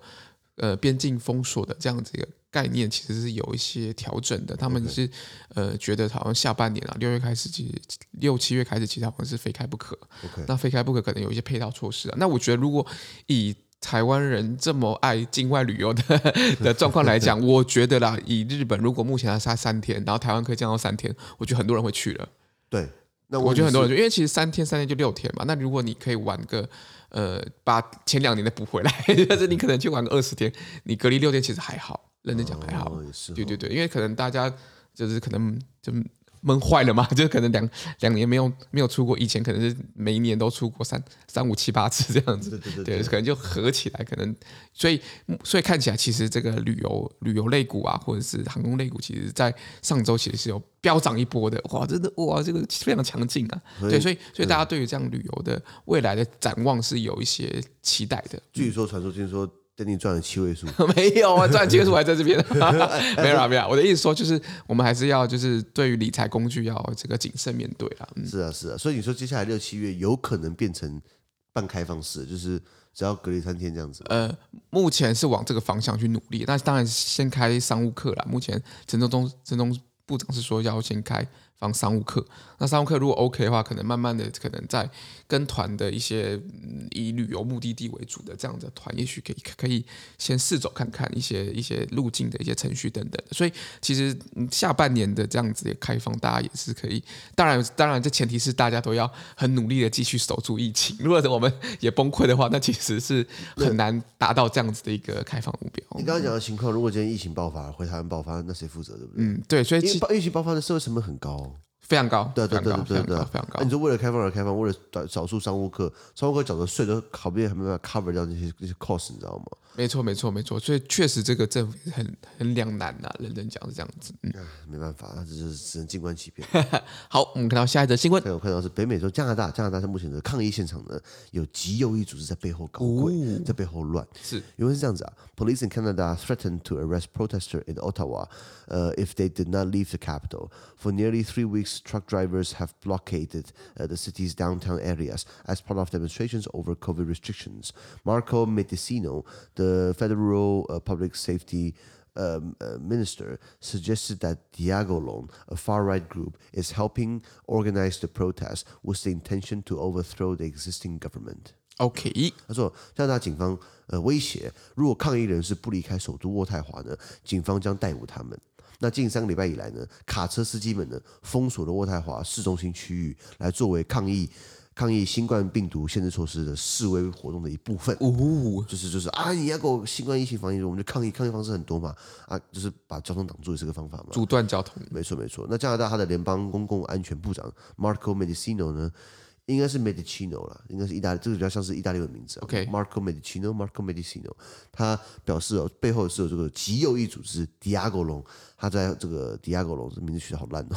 [SPEAKER 1] 呃边境封锁的这样子一个概念，其实是有一些调整的。他们是呃觉得好像下半年啊，六月开始，其实六七月开始，其实好像是非开不可。
[SPEAKER 2] OK
[SPEAKER 1] 那非开不可可能有一些配套措施啊。那我觉得如果以台湾人这么爱境外旅游 的的状况来 讲，我觉得啦，以日本如果目前要杀三天，然后台湾可以降到三天，我觉得很多人会去了。
[SPEAKER 2] 对，那
[SPEAKER 1] 我觉得很多人
[SPEAKER 2] 人
[SPEAKER 1] 就，因为其实三天三天就六天嘛。那如果你可以玩个呃，把前两年的补回来， 但是你可能去玩个二十天，你隔离六天其实还好，认真讲还好。
[SPEAKER 2] 哦也是哦
[SPEAKER 1] 对对对，因为可能大家就是可能就闷坏了嘛， 就是可能两两年没有没有出国，以前可能是每一年都出国三三五七八次这样子，
[SPEAKER 2] 对对对
[SPEAKER 1] 对，可能就合起来，可能所以所以看起来，其实这个旅游旅游类股啊，或者是航空类股，其实在上周其实是有飙涨一波的，哇，真的哇，这个非常强劲啊！
[SPEAKER 2] 所以
[SPEAKER 1] 对，所以所以大家对于这样旅游的未来的展望是有一些期待的。
[SPEAKER 2] 据说传说听说邓丽赚了七位数，
[SPEAKER 1] 没有啊，赚结束还在这边，没有啦，没有啦。我的意思说，就是我们还是要就是对于理财工具要这个谨慎面对啦。嗯，
[SPEAKER 2] 是啊是啊，所以你说接下来六七月有可能变成半开放式，就是只要隔离三天这样子。
[SPEAKER 1] 呃，目前是往这个方向去努力。那当然先开商务课啦。目前陈忠中陈忠部长是说要先开放商务课。那商务课如果 OK 的话，可能慢慢的可能在跟团的一些、嗯以旅游目的地为主的这样的团，也许可以可以先试走看看一些一些路径的一些程序等等。所以其实嗯下半年的这样子的开放，大家也是可以。当然，当然这前提是大家都要很努力的继续守住疫情。如果我们也崩溃的话，那其实是很难达到这样子的一个开放目
[SPEAKER 2] 你
[SPEAKER 1] 标。
[SPEAKER 2] 刚刚讲的情况，如果今天疫情爆发，回台湾爆发，那谁负责，对不对？
[SPEAKER 1] 嗯，对，所以
[SPEAKER 2] 因
[SPEAKER 1] 其
[SPEAKER 2] 为爆疫情爆发的社会成本很高、哦。
[SPEAKER 1] 非常高，
[SPEAKER 2] 对
[SPEAKER 1] 非
[SPEAKER 2] 对
[SPEAKER 1] 常
[SPEAKER 2] 对
[SPEAKER 1] 高，
[SPEAKER 2] 对
[SPEAKER 1] 非
[SPEAKER 2] 对
[SPEAKER 1] 常
[SPEAKER 2] 啊对，
[SPEAKER 1] 高，非常高
[SPEAKER 2] 那你。说为了开放而开放，为了少少数商务客，商务客缴的税都考不也还没办法 cover 掉这些这些 cost，你知道吗？
[SPEAKER 1] 没错，没错，没错。所以确实，这个政府很很两难呐、认真讲是这样子。嗯，
[SPEAKER 2] 没办法，那这就是只能静观其变。
[SPEAKER 1] 好，我们看到下一则新闻。
[SPEAKER 2] 但我看到是北美洲加拿大，加拿大在目前的抗议现场呢，有极右翼组织在背后搞鬼，在背后乱。
[SPEAKER 1] 是，
[SPEAKER 2] 原文是这样子啊，Police in Canada threatened to arrest protester in Ottawa, uh, if they did not leave the capital. For nearly three weeks, weeks, truck drivers have blockaded uh, the city's downtown areas as part of demonstrations over COVID restrictions. Marco Medicino, the federal uh, public safety um, uh, minister suggested that Diagolon, a far right group, is helping organize the protest with the intention to overthrow the existing government.
[SPEAKER 1] OK，
[SPEAKER 2] 他说，加拿大警方呃威胁，如果抗议人士不离开首都渥太华呢，警方将逮捕他们。那近三个礼拜以来呢，卡车司机们呢封锁了渥太华市中心区域，来作为抗议抗议新冠病毒限制措施的示威活动的一部分。
[SPEAKER 1] 哦，
[SPEAKER 2] 就是就是啊，你要给我新冠疫情防疫，我们就抗议，抗议方式很多嘛，啊，就是把交通挡住也是个方法嘛。
[SPEAKER 1] 阻断交通。
[SPEAKER 2] 没错没错。那加拿大他的联邦公共安全部长 Marco Medicino 呢，应该是 Medicino 啦，应该是意大利，这个比较像是意大利文名字、啊。
[SPEAKER 1] OK
[SPEAKER 2] Marco Medicino，Marco Medicino，他表示哦，背后是有这个极右翼组织 Diago 龙，他在这个 Diago 龙这名字取得好烂哦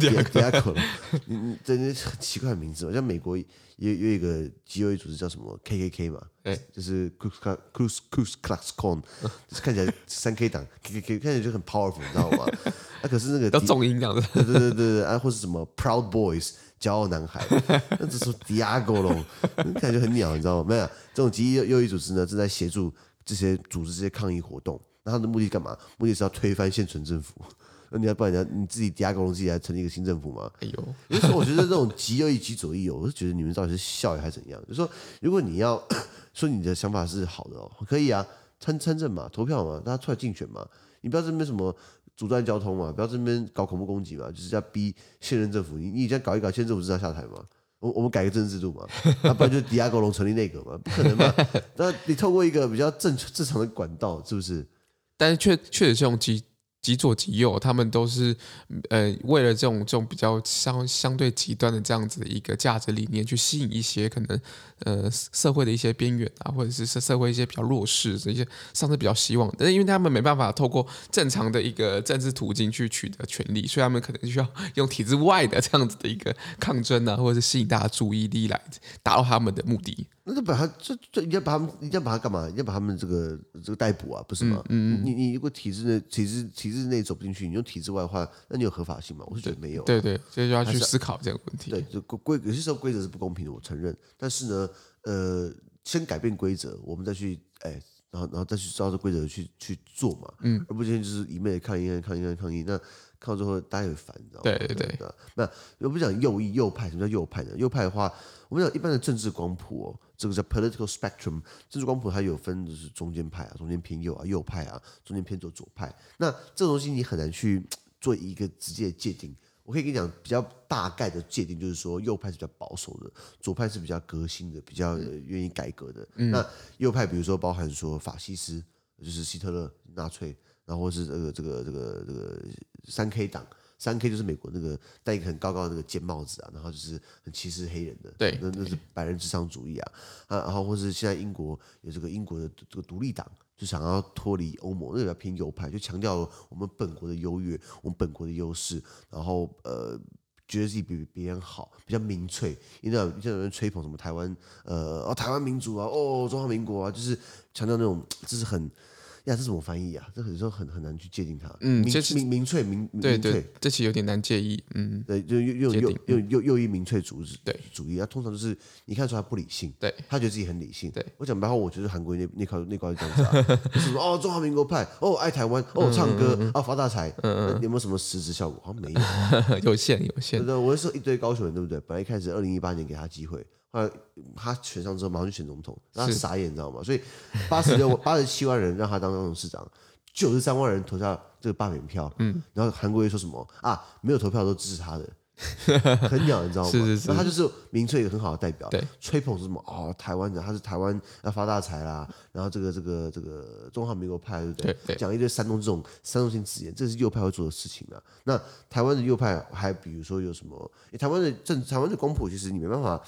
[SPEAKER 2] ，Diago 龙，你你真的是很奇怪的名字哦，像美国也也有一个极右翼组织叫什么 KKK 嘛，
[SPEAKER 1] 对，
[SPEAKER 2] 就是 Ku Klux Ku Ku Klux Klan，就是看起来三 K 党 KKK 看起来就很 powerful，你知道吗？ 那、可是那个
[SPEAKER 1] 要
[SPEAKER 2] Di-
[SPEAKER 1] 重音这样子，
[SPEAKER 2] 对对对对对，啊，或是什么 Proud Boys 骄傲男孩，那只是 Diago 咯，感觉很鸟，你知道吗？没有，这种极右右翼组织呢，正在协助这些组织这些抗议活动。那他们的目的干嘛？目的是要推翻现存政府。 那你要不然你要你自己 Diago 龙自己来成立一个新政府吗？
[SPEAKER 1] 哎呦，
[SPEAKER 2] 有时候我觉得这种极右翼、极左翼哦，我是觉得你们到底是笑还是怎样？就说如果你要 说你的想法是好的哦，可以啊，参参政嘛，投票嘛，大家出来竞选嘛，你不要这边什么阻断交通嘛，不要这边搞恐怖攻击嘛，就是要逼现任政府，你你这样搞一搞，现任政府是要下台吗？我我们改个政治制度嘛，那不然就迪亚狗龙成立内阁嘛，不可能嘛？那你透过一个比较正正常的管道，是不是？
[SPEAKER 1] 但是确确实这种极极左极右，他们都是呃为了这种这种比较相相对极端的这样子的一个价值理念，去吸引一些可能呃社会的一些边缘啊，或者是社社会一些比较弱势的一些上次比较希望，但是因为他们没办法透过正常的一个政治途径去取得权利，所以他们可能需要 用体制外的这样子的一个抗争啊，或者是吸引大家注意力来达到他们的目的。
[SPEAKER 2] 那就把他这这，你要把他们，你要把他干嘛？你要把他们这个这个逮捕啊，不是吗？
[SPEAKER 1] 嗯
[SPEAKER 2] 你你如果体制内体制体制内走不进去，你用体制外的话，那你有合法性吗？我是觉得没有啊、
[SPEAKER 1] 对对，所以就要去思考这个问题。
[SPEAKER 2] 对，就规有些时候规则是不公平的，我承认。但是呢，呃，先改变规则，我们再去哎，然后然后再去照着规则去去做嘛，嗯，而不是就是一昧的抗议、抗议、抗议抗议，那抗到最后大家也烦，你知道吗？
[SPEAKER 1] 对对对
[SPEAKER 2] 那那我们讲右翼、右派，什么叫右派呢？右派的话，我们讲一般的政治光谱哦，这个叫 political spectrum。政治光谱它有分就是中间派啊、中间偏右啊、右派啊、中间偏左左派。那这种东西你很难去做一个直接的界定。我可以跟你讲比较大概的界定，就是说右派是比较保守的，左派是比较革新的，比较
[SPEAKER 1] 嗯
[SPEAKER 2] 呃愿意改革的。那右派比如说包含说法西斯，就是希特勒、纳粹，然后或是这个这个这个这个三 K 党。三 K 就是美国那个戴一个很高高的那个尖帽子啊，然后就是很歧视黑人的，
[SPEAKER 1] 对
[SPEAKER 2] 那那是白人至上主义啊啊，然后或是现在英国有这个英国的这个独立党，就想要脱离欧盟，那个比较偏右派，就强调了我们本国的优越，我们本国的优势，然后呃。觉得自己比别人好，比较民粹，因为现在有人吹捧什么台湾，呃，哦，台湾民主啊，哦，中华民国啊，就是强调那种，这是很呀，这怎么翻译啊？这有时候很很难去界定它。
[SPEAKER 1] 嗯
[SPEAKER 2] 民
[SPEAKER 1] 这是
[SPEAKER 2] 民民粹，民民
[SPEAKER 1] 对
[SPEAKER 2] 粹，
[SPEAKER 1] 对，这期有点难介意，嗯，
[SPEAKER 2] 对，就又又
[SPEAKER 1] 界
[SPEAKER 2] 又
[SPEAKER 1] 定嗯
[SPEAKER 2] 又又又一民粹主义，
[SPEAKER 1] 对
[SPEAKER 2] 主义，他啊通常就是你看出他不理性，
[SPEAKER 1] 对，
[SPEAKER 2] 他觉得自己很理性，
[SPEAKER 1] 对
[SPEAKER 2] 我讲白话，我觉得韩国那那块那块这样子 啊，就是说哦，中华民国派，哦，爱台湾，
[SPEAKER 1] 嗯
[SPEAKER 2] 哦，唱歌啊，发大财，嗯有没有什么实质效果？好像没有。
[SPEAKER 1] 有限有限
[SPEAKER 2] 对。对，我是说一堆高雄人，对不对？本来一开始二零一八年给他机会，后来他选上之后马上就选总统，让他傻眼，你知道吗？所以八 十六、八十七万人让他当董事长，九十三万人投下这个罢免票，嗯，然后韩国瑜说什么啊？没有投票都支持他的。 很鸟，你知道吗？
[SPEAKER 1] 是是是
[SPEAKER 2] 那他就是民粹一个很好的代表。
[SPEAKER 1] 对，
[SPEAKER 2] 吹捧是什么？哦，台湾人，他是台湾要发大财啦，然后这个这个这个中华民国派，对不
[SPEAKER 1] 对对
[SPEAKER 2] 讲一堆煽动这种煽动性字眼，这是右派会做的事情啊。那台湾的右派还比如说有什么？诶台湾的政台湾的光谱其实你没办法，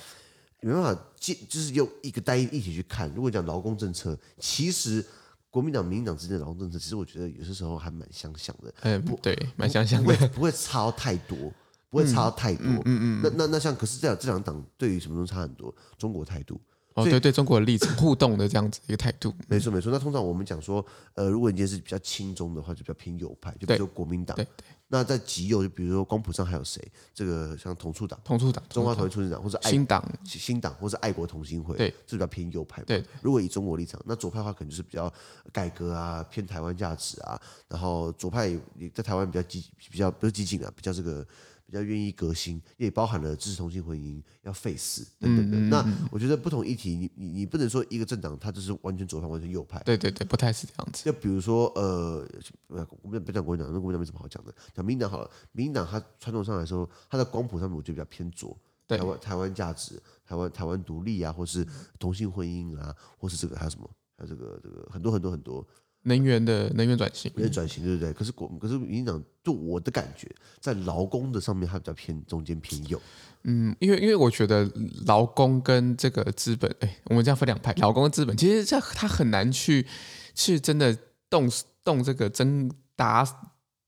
[SPEAKER 2] 你没办法接，就是用一个单一议题去看。如果讲劳工政策，其实国民党、民进党之间的劳动政策，其实我觉得有些时候还蛮相像的。
[SPEAKER 1] 嗯，对，蛮相像
[SPEAKER 2] 呃不
[SPEAKER 1] 的。
[SPEAKER 2] 会不会差到太多，不会差到太多。嗯嗯那那那像，可是这两这两党对于什么东西差很多？中国态度，
[SPEAKER 1] 哦，
[SPEAKER 2] 所以
[SPEAKER 1] 对对，中国的例子互动的这样子一个态度，
[SPEAKER 2] 没错没错。那通常我们讲说，呃，如果你今天是比较亲中的话，就比较偏右派，就比
[SPEAKER 1] 对
[SPEAKER 2] 如说国民党
[SPEAKER 1] 对。对，
[SPEAKER 2] 那在极右，就比如说光谱上还有谁？这个像同促党、
[SPEAKER 1] 同处党、
[SPEAKER 2] 中华
[SPEAKER 1] 同
[SPEAKER 2] 同一促进党或者爱
[SPEAKER 1] 新党，
[SPEAKER 2] 新新党或是爱国同心会，
[SPEAKER 1] 对，
[SPEAKER 2] 是比较偏右派嘛。
[SPEAKER 1] 对，
[SPEAKER 2] 如果以中国立场，那左派的话可能就是比较改革啊，偏台湾价值啊，然后左派也在台湾比较激，比较不是激进啊，比较这个。比较愿意革新，也包含了支持同性婚姻、要废死等等的。
[SPEAKER 1] 嗯
[SPEAKER 2] 那我觉得不同议题，你你你不能说一个政党它就是完全左派、完全右派。
[SPEAKER 1] 对对对，不太是这样子。
[SPEAKER 2] 就比如说，呃，呃，我们不讲国民党，那国民党没什么好讲的。讲民进党好了，民进党它传统上来说，它的光谱上面我觉得比较偏左，
[SPEAKER 1] 对
[SPEAKER 2] 台湾台湾价值、台湾台湾独立啊，或是同性婚姻啊，或是这个还有什么，还有这个这个很多很多很多
[SPEAKER 1] 能源的能源转型，
[SPEAKER 2] 有点转型，对不对？可是国可是民进党，就我的感觉，在劳工的上面，它比较偏中间偏右，
[SPEAKER 1] 嗯，因为因为我觉得劳工跟这个资本，哎，我们这样分两派，劳工跟资本，其实这他很难去去真的动动这个真打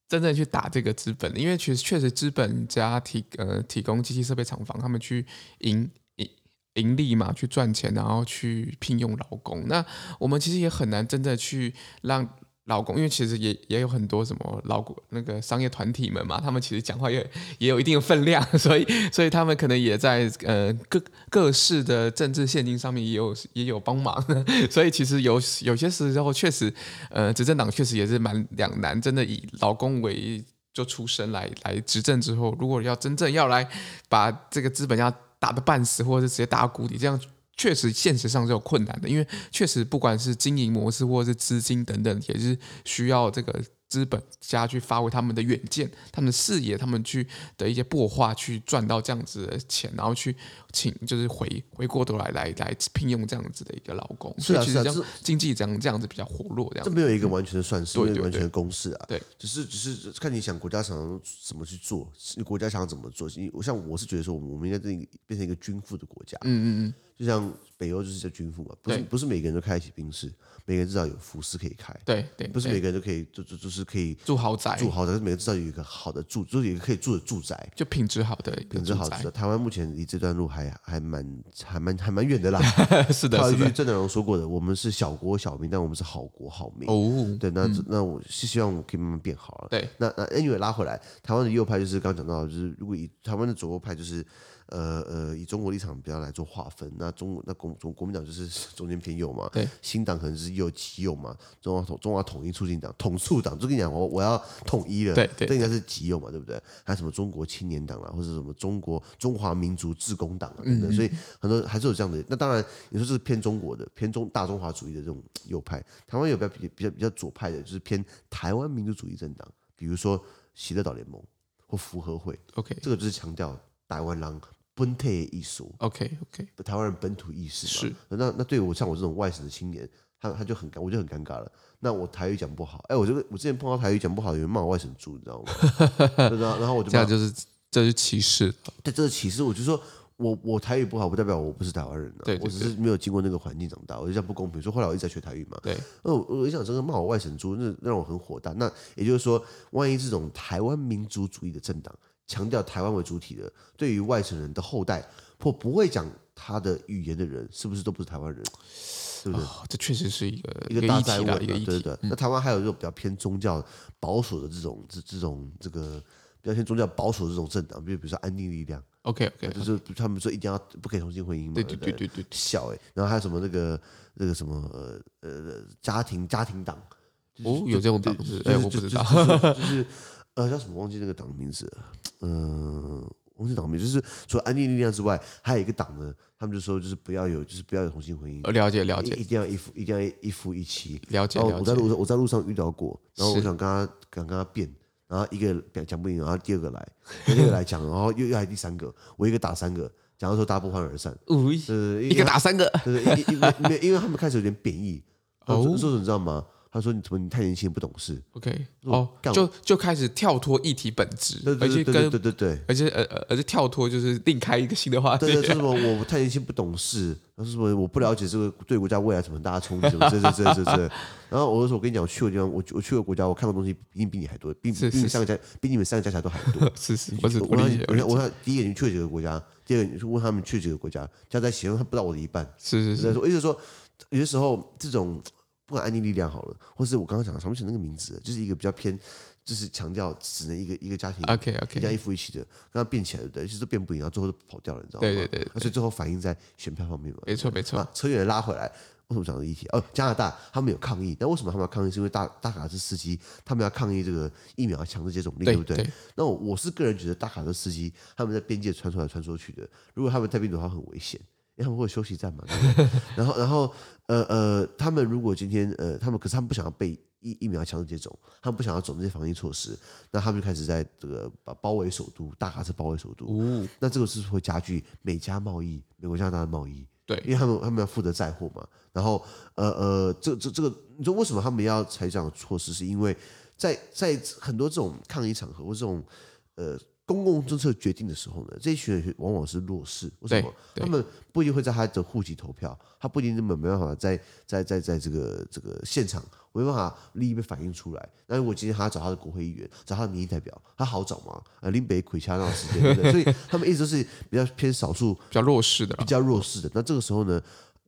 [SPEAKER 1] 真正去打这个资本，因为确实确实资本家提呃提供机器设备厂房，他们去赢赢盈利嘛，去赚钱，然后去聘用劳工。那我们其实也很难真的去让劳工，因为其实也也有很多什么劳工那个商业团体们嘛，他们其实讲话也也有一定的分量， 所以所以他们可能也在呃各各式的政治现金上面也有也有帮忙， 所以其实有有些时候确实，呃，执政党确实也是蛮两难，真的以劳工为就出身来来执政之后，如果要真正要来把这个资本家打得半死，或者是直接打到谷底，这样确实现实上是有困难的，因为确实不管是经营模式或者是资金等等，也是需要这个资本家去发挥他们的远见、他们的视野、他们去的一些破化，去赚到这样子的钱，然后去请就是回回过头来来来聘用这样子的一个劳工，
[SPEAKER 2] 是
[SPEAKER 1] 所
[SPEAKER 2] 啊
[SPEAKER 1] 以其
[SPEAKER 2] 是啊
[SPEAKER 1] 实这样
[SPEAKER 2] 这
[SPEAKER 1] 经济这样这样子比较活络，这样
[SPEAKER 2] 这
[SPEAKER 1] 子嗯
[SPEAKER 2] 没有一个完全的算式，
[SPEAKER 1] 对
[SPEAKER 2] 没有一
[SPEAKER 1] 对
[SPEAKER 2] 个完全
[SPEAKER 1] 对
[SPEAKER 2] 的公式啊。
[SPEAKER 1] 对，
[SPEAKER 2] 只是只是看你想国家想要怎么去做，是国家想要怎么做。因我像我是觉得说，我们应该变成一个变成一个军富的国家。
[SPEAKER 1] 嗯嗯嗯，
[SPEAKER 2] 就像北欧就是叫军富嘛，不是
[SPEAKER 1] 对
[SPEAKER 2] 不是每个人都开得起宾士，每个人至少有服饰可以开，
[SPEAKER 1] 对对，
[SPEAKER 2] 不是
[SPEAKER 1] 对
[SPEAKER 2] 每个人都可以就就就是可以
[SPEAKER 1] 住豪宅
[SPEAKER 2] 住豪宅，但是每个人至少有一个好的住，就是有一个可以住的住宅。
[SPEAKER 1] 就品质好的一个
[SPEAKER 2] 品质好
[SPEAKER 1] 住宅
[SPEAKER 2] 的，台湾目前离这段路还还蛮还蛮还蛮远的啦。
[SPEAKER 1] 是
[SPEAKER 2] 还
[SPEAKER 1] 的
[SPEAKER 2] 有一
[SPEAKER 1] 是
[SPEAKER 2] 句
[SPEAKER 1] 的
[SPEAKER 2] 郑南荣说过的，我们是小国小民，但我们是好国好民。
[SPEAKER 1] 哦，
[SPEAKER 2] 对，那、那我是希望我可以慢慢变好了。
[SPEAKER 1] 对，
[SPEAKER 2] 那那 anyway 拉回来，台湾的右派就是刚刚讲到的，就是如果以台湾的左右派就是呃呃以中国立场比较来做划分，那中国那国中国民党就是 中间偏右嘛，
[SPEAKER 1] 对，
[SPEAKER 2] 新党可能是右极右嘛，中华统中华统一促进党统促党，就跟你讲我我要统一了，
[SPEAKER 1] 对对
[SPEAKER 2] 这应该是极右嘛，对不对？还有什么中国青年党啦，啊或者什么中国中华民族志工党啊
[SPEAKER 1] 嗯
[SPEAKER 2] 等等，所以很多还是有这样的。那当然，你说这是偏中国的、偏中大中华主义的这种右派，台湾有比较比比较比较左派的，就是偏台湾民族主义政党，比如说喜乐岛联盟或福和会，
[SPEAKER 1] OK
[SPEAKER 2] 这个就是强调台湾人本体的艺术，
[SPEAKER 1] OK OK，
[SPEAKER 2] 台湾人本土意识嘛
[SPEAKER 1] 是
[SPEAKER 2] 那那对我像我这种外省的青年，他他就很尴，我就很尴尬了。那我台语讲不好，哎，我这个我之前碰到台语讲不好，有人骂我外省猪，你知道吗？ 对然后然后我就
[SPEAKER 1] 这
[SPEAKER 2] 骂
[SPEAKER 1] 样，就是这就是歧视了，
[SPEAKER 2] 对，这是歧视。我就说我我台语不好，不代表我不是台湾人啊，
[SPEAKER 1] 对对
[SPEAKER 2] 我只是没有经过那个环境长大，我就这样不公平。所以后来我一直在学台语嘛，
[SPEAKER 1] 对
[SPEAKER 2] 那我我一想，这个骂我外省猪，那让我很火大。那也就是说，万一这种台湾民族主义的政党强调台湾为主体的，对于外省人的后代或不会讲他的语言的人，是不是都不是台湾人？对不对？
[SPEAKER 1] 哦，这确实是一个
[SPEAKER 2] 啊一个大
[SPEAKER 1] 议题
[SPEAKER 2] 灾问啊，
[SPEAKER 1] 啦，一个议
[SPEAKER 2] 对对
[SPEAKER 1] 题，嗯
[SPEAKER 2] 对。那台湾还有这种比较偏宗教保守的这种这这种这个比较偏宗教保守的这种政党，比如比如说安定力量，
[SPEAKER 1] OK OK，
[SPEAKER 2] 就是他们说一定要不可以同性婚姻嘛，
[SPEAKER 1] 对
[SPEAKER 2] 对
[SPEAKER 1] 对
[SPEAKER 2] 不
[SPEAKER 1] 对对对，
[SPEAKER 2] 小哎、然后还有什么那个那个什么呃呃家庭家庭党，
[SPEAKER 1] 哦，有这种
[SPEAKER 2] 对
[SPEAKER 1] 党是，
[SPEAKER 2] 就
[SPEAKER 1] 哎，
[SPEAKER 2] 是
[SPEAKER 1] 我
[SPEAKER 2] 就
[SPEAKER 1] 不
[SPEAKER 2] 就
[SPEAKER 1] 知道，
[SPEAKER 2] 就是就是 呃叫什么忘记那个党的名字了，嗯、忘记党名，就是除了安定力量之外，还有一个党呢，他们就说就是不要有就是不要有同性婚姻，
[SPEAKER 1] 呃 了解了
[SPEAKER 2] 一
[SPEAKER 1] 解
[SPEAKER 2] 一定要一夫一定要一夫一妻。
[SPEAKER 1] 了解
[SPEAKER 2] 然后
[SPEAKER 1] 了
[SPEAKER 2] 哦我在
[SPEAKER 1] 解，
[SPEAKER 2] 路上我在路上遇到过，然后我
[SPEAKER 1] 是
[SPEAKER 2] 想跟他想跟他辩，然后一个讲讲不赢，然后第二个来，第二个来讲，然后又又来第三个，我一个打三个，讲到说大家不欢而散。
[SPEAKER 1] 五
[SPEAKER 2] 呃，因为
[SPEAKER 1] 哦 一个打三个，
[SPEAKER 2] 对对，因因因为因为他们开始有点贬义，
[SPEAKER 1] 哦
[SPEAKER 2] 哦，说你知道吗？他说你怎么你太年轻不懂事，
[SPEAKER 1] OK，
[SPEAKER 2] 我
[SPEAKER 1] 哦，
[SPEAKER 2] 干
[SPEAKER 1] 就就开始跳脱议题本质
[SPEAKER 2] 对，
[SPEAKER 1] 而
[SPEAKER 2] 对
[SPEAKER 1] 且
[SPEAKER 2] 对对对
[SPEAKER 1] 跟
[SPEAKER 2] 对对。
[SPEAKER 1] 而且呃呃而且跳脱就是另开一个新的话题
[SPEAKER 2] 对。对，说什么我太年轻不懂事，他说什么我不了解这个对国家未来什么很大的冲击，什么这这这这 这。然后我就说我跟你讲，我去过地方，我我去过国家，我看到东西一定比你还多，比
[SPEAKER 1] 是
[SPEAKER 2] 比你
[SPEAKER 1] 是
[SPEAKER 2] 上一家比你们上一家加起来都还多。
[SPEAKER 1] 是是， 我是
[SPEAKER 2] 我
[SPEAKER 1] 我
[SPEAKER 2] 问
[SPEAKER 1] 理解，
[SPEAKER 2] 他
[SPEAKER 1] 我
[SPEAKER 2] 你
[SPEAKER 1] 理解
[SPEAKER 2] 我问他第一个你去了几个国家，第二个你去问他们去了几个国家，加在其中他不到我的一半。
[SPEAKER 1] 是是，
[SPEAKER 2] 就是在说，意思是说，有些时候这种不管安利力量好了，或是我刚刚讲的想不起那个名字了，就是一个比较偏，就是强调只能一个一个家庭
[SPEAKER 1] OK
[SPEAKER 2] 一家
[SPEAKER 1] OK，
[SPEAKER 2] 一夫一妻的，跟他变起来，对不对？其实都变不赢，然后最后都跑掉了，你知道吗？
[SPEAKER 1] 对对对，
[SPEAKER 2] 那所以最后反映在选票方面嘛。
[SPEAKER 1] 没错没错
[SPEAKER 2] 啊，扯远了拉回来，为什么讲这个议题？哦，加拿大他们有抗议，但为什么他们要抗议？是因为大大卡车司机他们要抗议这个疫苗强制接种令，
[SPEAKER 1] 对
[SPEAKER 2] 不对？
[SPEAKER 1] 对
[SPEAKER 2] 那我我是个人觉得大卡车司机他们在边界穿梭来穿梭去的，如果他们带病毒的话很危险，因为他们会有休息站嘛。对不对 然后然后呃呃，他们如果今天呃他们可是他们不想要被。疫疫苗强制接种，他们不想要走那些防疫措施，那他们就开始在这个把包围首都，大卡车包围首都。
[SPEAKER 1] 哦，
[SPEAKER 2] 那这个是会加剧美加贸易，美国加拿大的贸易，
[SPEAKER 1] 对
[SPEAKER 2] 因为他们他们要负责载货嘛。然后呃呃，这这这个，你说为什么他们要采这样的措施？是因为在在很多这种抗议场合或这种呃公共政策决定的时候呢，这一群人往往是弱势，为什么？
[SPEAKER 1] 对对
[SPEAKER 2] 他们不一定会在他的户籍投票，他不一定根本没办法在在在在这个这个现场没办法利益被反映出来。那如果今天他找他的国会议员，找他的民意代表，他好找吗？呃，林北魁掐那种时间，对不对？所以他们一直都是比较偏少数
[SPEAKER 1] 比较弱势的
[SPEAKER 2] 比
[SPEAKER 1] 啦，
[SPEAKER 2] 较弱势的。那这个时候呢，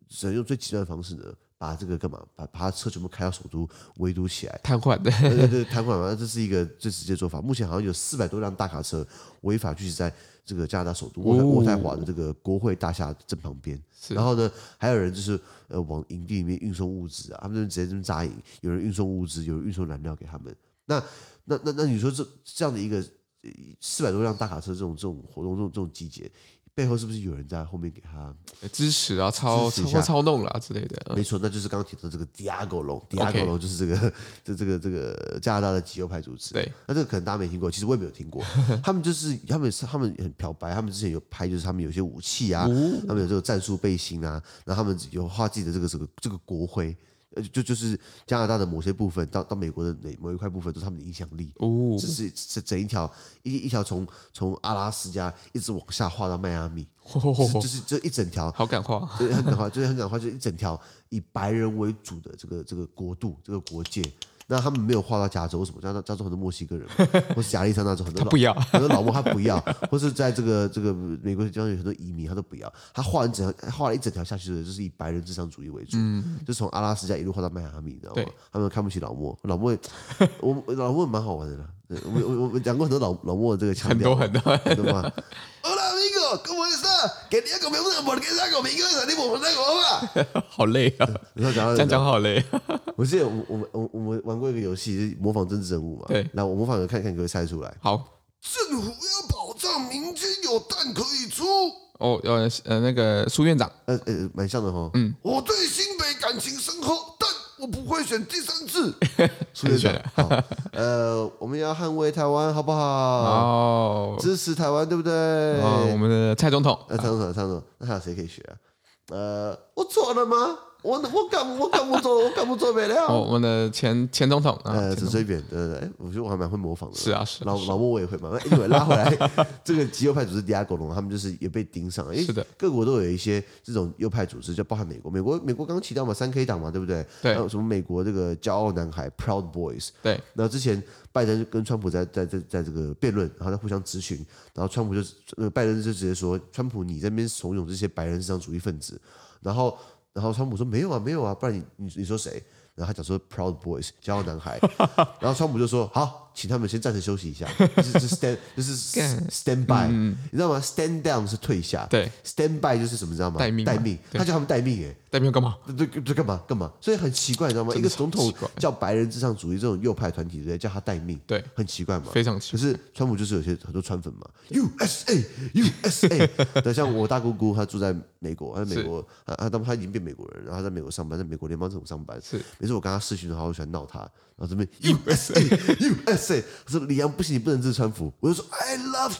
[SPEAKER 2] 只能用最极端的方式呢，把这个干嘛？把把他车全部开到首都围堵起来。
[SPEAKER 1] 瘫痪的，
[SPEAKER 2] 对对对，摊款嘛，这是一个最直接做法。目前好像有四百多辆大卡车违法聚集在这个加拿大首都渥太
[SPEAKER 1] 哦
[SPEAKER 2] 渥太华的这个国会大厦正旁边。
[SPEAKER 1] 是
[SPEAKER 2] 然后呢，还有人就是呃往营地里面运送物资啊，他们就直接这么扎营，有人运送物资，有人运送燃料给他们。那那那那你说这这样的一个四百多辆大卡车这种这种活动这种这种集结，背后是不是有人在后面给他
[SPEAKER 1] 支持啊，操
[SPEAKER 2] 支
[SPEAKER 1] 操
[SPEAKER 2] 持一下哦
[SPEAKER 1] 操弄啦之类的，嗯
[SPEAKER 2] 没错，那就是刚刚提到这个 Diago 龙，Diago 龙就是这个这这个这个加拿大的极右派组织。
[SPEAKER 1] 对，
[SPEAKER 2] 那这个可能大家没听过，其实我也没有听 过。他们就是他们是他们很漂白，他们之前有拍，就是他们有些武器
[SPEAKER 1] 哦
[SPEAKER 2] 啊，他们有这个战术背心啊，然后他们有画自己的这个这个这个国徽。呃，就就是加拿大的某些部分到到美国的哪某一块部分都是他们的影响力，
[SPEAKER 1] 哦
[SPEAKER 2] 这是这整一条一一条从从阿拉斯加一直往下画到迈阿密，
[SPEAKER 1] 哦
[SPEAKER 2] 就是就是这一整条
[SPEAKER 1] 好感化，
[SPEAKER 2] 对，很感化，就是很感化，就是一整条以白人为主的这个这个国度，这个国界。那他们没有划到加州，为什么？加州加州很多墨西 哥人嘛，或是亚利桑那州很多
[SPEAKER 1] 他
[SPEAKER 2] 老
[SPEAKER 1] 不要，
[SPEAKER 2] 很多老墨他不要，或是在这个这个美国地方有很多移民他都不要，他画了一整条画了一整条下去的，就是以白人至上主义为主，就从阿拉斯加一路画到迈阿密，你知道吗
[SPEAKER 1] 嗯对？
[SPEAKER 2] 他们看不起老墨，老墨，我我老墨蛮好玩的啦，对我们我们我们讲过很多老老墨的这个腔
[SPEAKER 1] 很
[SPEAKER 2] 调
[SPEAKER 1] 多
[SPEAKER 2] 嘛，
[SPEAKER 1] 很多，
[SPEAKER 2] 懂吗？Hola amigo, ¿cómo está? Quería comerme una hamburguesa conmigo y salimos por una copa。
[SPEAKER 1] 好累啊，
[SPEAKER 2] 然后讲到
[SPEAKER 1] 这样讲好累，
[SPEAKER 2] 我记得我我们我我们玩过一个游戏，就是模仿政治人物嘛。
[SPEAKER 1] 对
[SPEAKER 2] 然后我模仿了看看可不可以猜出来。
[SPEAKER 1] 好
[SPEAKER 2] 政府要保障民间有蛋可以出。
[SPEAKER 1] 哦呃呃那个苏院长，
[SPEAKER 2] 呃呃，蛮像的哈。嗯，我对新北感情深厚，但我不会选第三 次。苏院长，好，呃，我们要捍卫台湾，好不好？
[SPEAKER 1] 哦
[SPEAKER 2] 支持台湾，对不对？呃
[SPEAKER 1] 哦我们的蔡总统
[SPEAKER 2] 那唱什么？唱什么？那还有谁可以学啊？呃，我错了吗？我我敢我敢不做，我敢不做不
[SPEAKER 1] 哦
[SPEAKER 2] 了。
[SPEAKER 1] 我们的前前总统啊，
[SPEAKER 2] 呃，
[SPEAKER 1] 前
[SPEAKER 2] 陈水扁，对对对，我觉得我还蛮会模仿的。
[SPEAKER 1] 是啊是啊
[SPEAKER 2] 老老莫我也会嘛。那 anyway，拉回来，这个极右派组织迪亚狗龙，他们就是也被盯上了。因为
[SPEAKER 1] 是的，
[SPEAKER 2] 各国都有一些这种右派组织，就包含美国。美国美国刚提到嘛，三 K 党嘛，对不对？
[SPEAKER 1] 对
[SPEAKER 2] 还有什么美国这个骄傲男孩 Proud Boys，
[SPEAKER 1] 对
[SPEAKER 2] 那之前拜登跟川普在在在在这个辩论，然后在互相咨询，然后川普就呃拜登就直接说，川普你在那边怂恿这些白人至上主义分子，然后然后川普说没有啊没有啊，不然你你你说谁？然后他讲说 Proud Boys 骄傲 男孩，然后川普就说好，请他们先暂时休息一下，就是就是 stand 就是 stand by，、你知道吗？stand down 是退下，
[SPEAKER 1] 嗯对
[SPEAKER 2] ，stand by 就是什么你知道吗？
[SPEAKER 1] 待命嘛啊
[SPEAKER 2] 待命，
[SPEAKER 1] 对
[SPEAKER 2] 他叫他们待命哎、
[SPEAKER 1] 代表干嘛？
[SPEAKER 2] 这这这干嘛干嘛？所以很奇怪，你知道吗？一
[SPEAKER 1] 真
[SPEAKER 2] 个
[SPEAKER 1] 的是
[SPEAKER 2] 总
[SPEAKER 1] 很
[SPEAKER 2] 统
[SPEAKER 1] 奇怪
[SPEAKER 2] 叫白人至上主义这种右派团体，对不对，叫他待命，
[SPEAKER 1] 对，
[SPEAKER 2] 很奇怪嘛。
[SPEAKER 1] 非常奇
[SPEAKER 2] 可是川普就是有些很多川粉嘛，USA USA，对， 像我大姑姑她住在美国，她在美国，她她当她已经变美国人，然后她在美国上班，在美国联邦政府上班。
[SPEAKER 1] 是，
[SPEAKER 2] 每次我跟她视讯的话，我喜欢闹她，然后这边 USA USA 谁？他说李阳不行，你不能支持川普。我就说 I love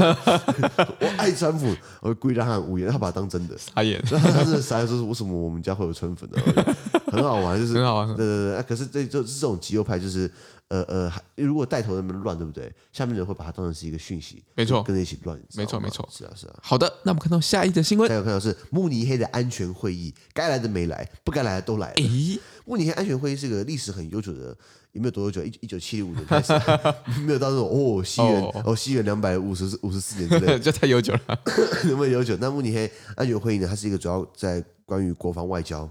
[SPEAKER 2] Trump，我 爱川普，我故意让他很无言，他把他当真的。
[SPEAKER 1] 傻 眼，
[SPEAKER 2] 然后他真的傻眼说：“为什么我们家会有春粉呢？”很好玩，就是
[SPEAKER 1] 很好玩
[SPEAKER 2] 对对对，啊可是这就是这种极右派，就是呃呃，还如果带头那么乱，对不对？下面的人会把它当成是一个讯息，
[SPEAKER 1] 没错
[SPEAKER 2] 就跟着一起乱，你知道
[SPEAKER 1] 没错
[SPEAKER 2] 吗
[SPEAKER 1] 没错
[SPEAKER 2] 是啊是啊。
[SPEAKER 1] 好的，那我们看到下一则新闻
[SPEAKER 2] 大。家有看到是慕尼黑的安全会议，该来的没来，不该来的都来了。
[SPEAKER 1] 咦，
[SPEAKER 2] 慕尼黑安全会议是个历史很悠久的，也没有多久，一一九七五年开始，啊 没有到那种哦西元
[SPEAKER 1] 哦
[SPEAKER 2] 哦西元两百五十五十四年之类的，
[SPEAKER 1] 这太悠久了。
[SPEAKER 2] 能不能悠久？那慕尼黑安全会议呢？它是一个主要在关于国防外交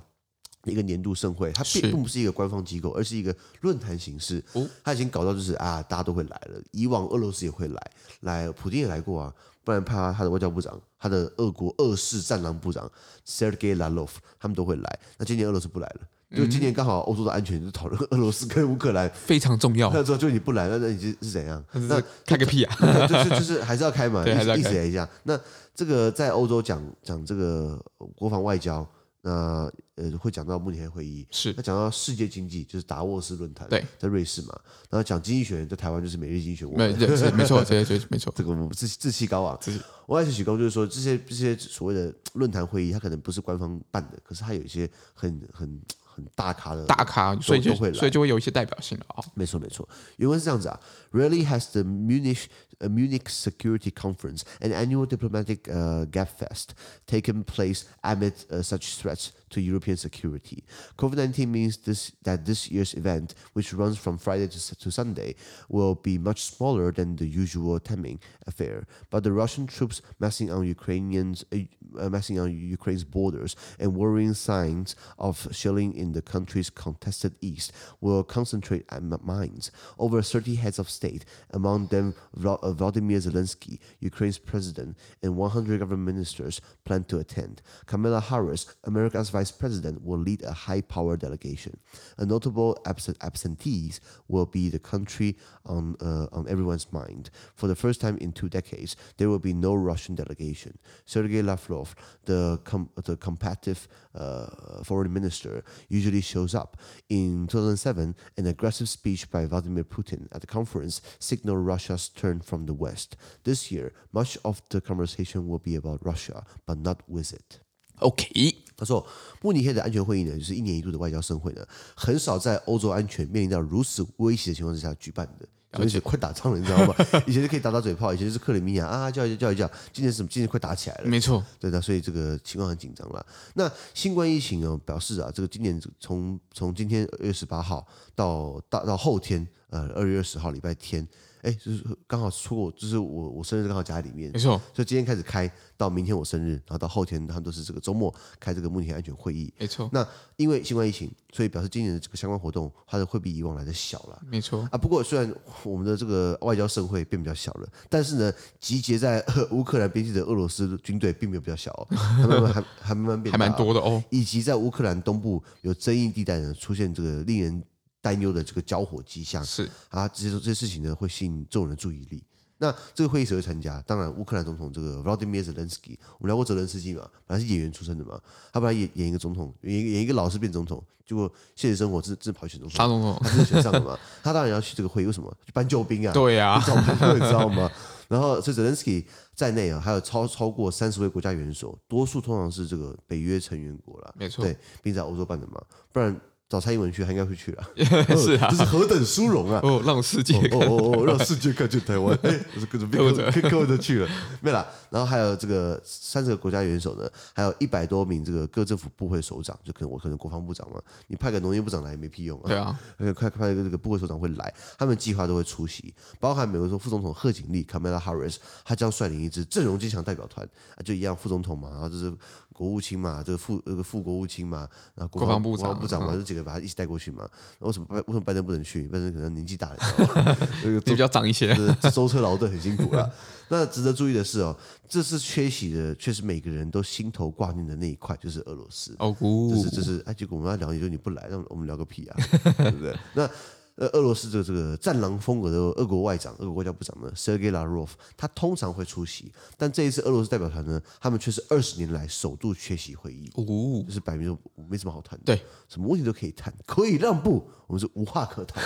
[SPEAKER 2] 的一个年度盛会，它并
[SPEAKER 1] 是
[SPEAKER 2] 并不是一个官方机构，而是一个论坛形式。
[SPEAKER 1] 哦
[SPEAKER 2] 它已经搞到就是啊，大家都会来了，以往俄罗斯也会来，来普京也来过啊，不然怕他的外交部长、他的俄国俄式战狼部长 Sergei Lavrov 他们都会来。那今年俄罗斯不来了。就今年刚好欧洲的安全就讨论俄罗斯跟乌克兰，
[SPEAKER 1] 非常重要，
[SPEAKER 2] 那之后就你不来，那那你是是怎样？ 那
[SPEAKER 1] 开个屁啊！
[SPEAKER 2] 就是就是还是要开嘛，
[SPEAKER 1] 对还是要
[SPEAKER 2] 历
[SPEAKER 1] 开
[SPEAKER 2] 史也一样。那这个在欧洲讲讲这个国防外交，那呃会讲到慕尼黑会议，
[SPEAKER 1] 是
[SPEAKER 2] 那讲到世界经济就是达沃斯论坛，
[SPEAKER 1] 对，
[SPEAKER 2] 在瑞士嘛。然后讲经济学，在台湾就是每日经济学，我
[SPEAKER 1] 没对是没错，对对没错，
[SPEAKER 2] 这个我们志志气高昂。我开始许光就是说，这些这些所谓的论坛会议，它可能不是官方办的，可是它有一些很很很大咖的
[SPEAKER 1] 大咖，所以就
[SPEAKER 2] 都会来
[SPEAKER 1] 所以就会有一些代表性了啊。
[SPEAKER 2] 没错没错，原文是这样子啊。Rarely has the Munich uh, Munich Security Conference, an annual diplomatic uh, gabfest, taken place amid uh, such threats to European security. COVID-19 means this that this year's event, which runs from Friday to, s- to Sunday, will be much smaller than the usual Temming affair. But the Russian troops massing on Ukrainians, uh, uh, massing on Ukraine's borders, and worrying signs of shelling in the country's contested east will concentrate at m- minds. Over 30 heads of state, among them Vla- uh, Vladimir Zelensky, Ukraine's president, and 100 government ministers plan to attend. Kamala Harris, America's vice president, will lead a high power delegation. A notable absent- absentees will be the country on, uh, on everyone's mind. For the first time in two decades, there will be no Russian delegation. Sergei Lavrov, the, com- the competitive uh, foreign minister, usually shows up. In 2007, an aggressive speech by Vladimir Putin at the conference signaled Russia's turn from the West. This year, much of the conversation will be about Russia, but not with it.
[SPEAKER 1] OK，
[SPEAKER 2] 他说，慕尼黑的安全会议呢，就是一年一度的外交盛会呢，很少在欧洲安全面临到如此威胁的情况之下举办的。而且快打仗了，你知道吗？ 以前就可以打打嘴炮，以前就是克里米亚啊叫一叫叫一叫，今年是什么？今年快打起来了。
[SPEAKER 1] 没错，
[SPEAKER 2] 对的，所以这个情况很紧张啦。那新冠疫情哦，表示啊，这个今年从从今天二月十八号到到到后天，呃，二月二十号礼拜天，哎，就是刚好错过，就是我我生日刚好夹在里面
[SPEAKER 1] 没，错，
[SPEAKER 2] 所以今天开始开到明天我生日，然后到后天他们都是这个周末开这个慕尼黑安全会议。
[SPEAKER 1] 没错，
[SPEAKER 2] 那因为新冠疫情，所以表示今年的这个相关活动，它的会比以往来的小了。
[SPEAKER 1] 没错，
[SPEAKER 2] 啊，不过虽然我们的这个外交盛会变比较小了，但是呢，集结在 呃乌克兰边境的俄罗斯军队并没有比较小、哦，还慢慢还还慢慢变
[SPEAKER 1] 还
[SPEAKER 2] 大
[SPEAKER 1] 蛮
[SPEAKER 2] 哦，
[SPEAKER 1] 多的哦。
[SPEAKER 2] 以及在乌克兰东部有争议地带呢出现这个令人担忧的这个交火迹象
[SPEAKER 1] 是
[SPEAKER 2] 啊，这些这些事情呢会吸引众人的注意力。那这个会议谁会参加？当然，乌克兰总统这个 Vladimir Zelensky，我们聊过泽连斯基嘛，本来是演员出身的嘛，他本来演演一个总统，演一个演一个老师变总统，结果现实生活真真跑去选总统，
[SPEAKER 1] 大总统，
[SPEAKER 2] 他真的选上了嘛？他当然要去这个会议，为什么？去搬救 兵啊，
[SPEAKER 1] 对呀
[SPEAKER 2] 去，找朋友，你知道吗？然后所以 Zelensky 在内啊，还有超超过三十位国家元首，多数通常是这个北约成员国啦，
[SPEAKER 1] 没错
[SPEAKER 2] 对，并在欧洲办的嘛，不然找蔡英文去，他应该会去了， 是 啊，这是何等殊荣啊！
[SPEAKER 1] 哦，让世界
[SPEAKER 2] 哦哦哦哦，让世界看见台湾， 哎，我是跟着跟着跟跟着去了，没啦。然后还有这个三十个国家元首呢，还有一百多名这个各政府部会首长，就可能我可能国防部长嘛，你派个农业部长来也没屁用啊。
[SPEAKER 1] 对啊，
[SPEAKER 2] 而且快快这个部会首长会来，他们计划都会出席，包含美国说副总统贺锦丽 （Kamala Harris），他将率领一支阵容坚强代表团，啊，就一样副总统嘛，然后就是国务卿嘛，这个副这个副国务卿嘛，然后国
[SPEAKER 1] 国防部长嗯
[SPEAKER 2] 国防部长嘛，这几个把他一起带过去嘛。那为什么拜为什么拜登不能去？拜登可能年纪大了，你知道吗？ 那个
[SPEAKER 1] 你比较长一些，
[SPEAKER 2] 这舟车劳顿很辛苦了。那值得注意的是哦，这次缺席的却是每个人都心头挂念的那一块，就是俄罗斯。
[SPEAKER 1] 哦，
[SPEAKER 2] 就是就是，哎，结果我们要聊，你说你不来，那我们聊个屁啊，对不对？那呃，俄罗斯的这个战狼风格的俄国外长、俄国外交部长呢，Sergey Lavrov，他通常会出席，但这一次俄罗斯代表团呢，他们却是二十年来首度缺席会议，
[SPEAKER 1] 哦
[SPEAKER 2] 就，是摆明说没什么好谈的，
[SPEAKER 1] 对，
[SPEAKER 2] 什么问题都可以谈，可以让步，我们是无话 可谈，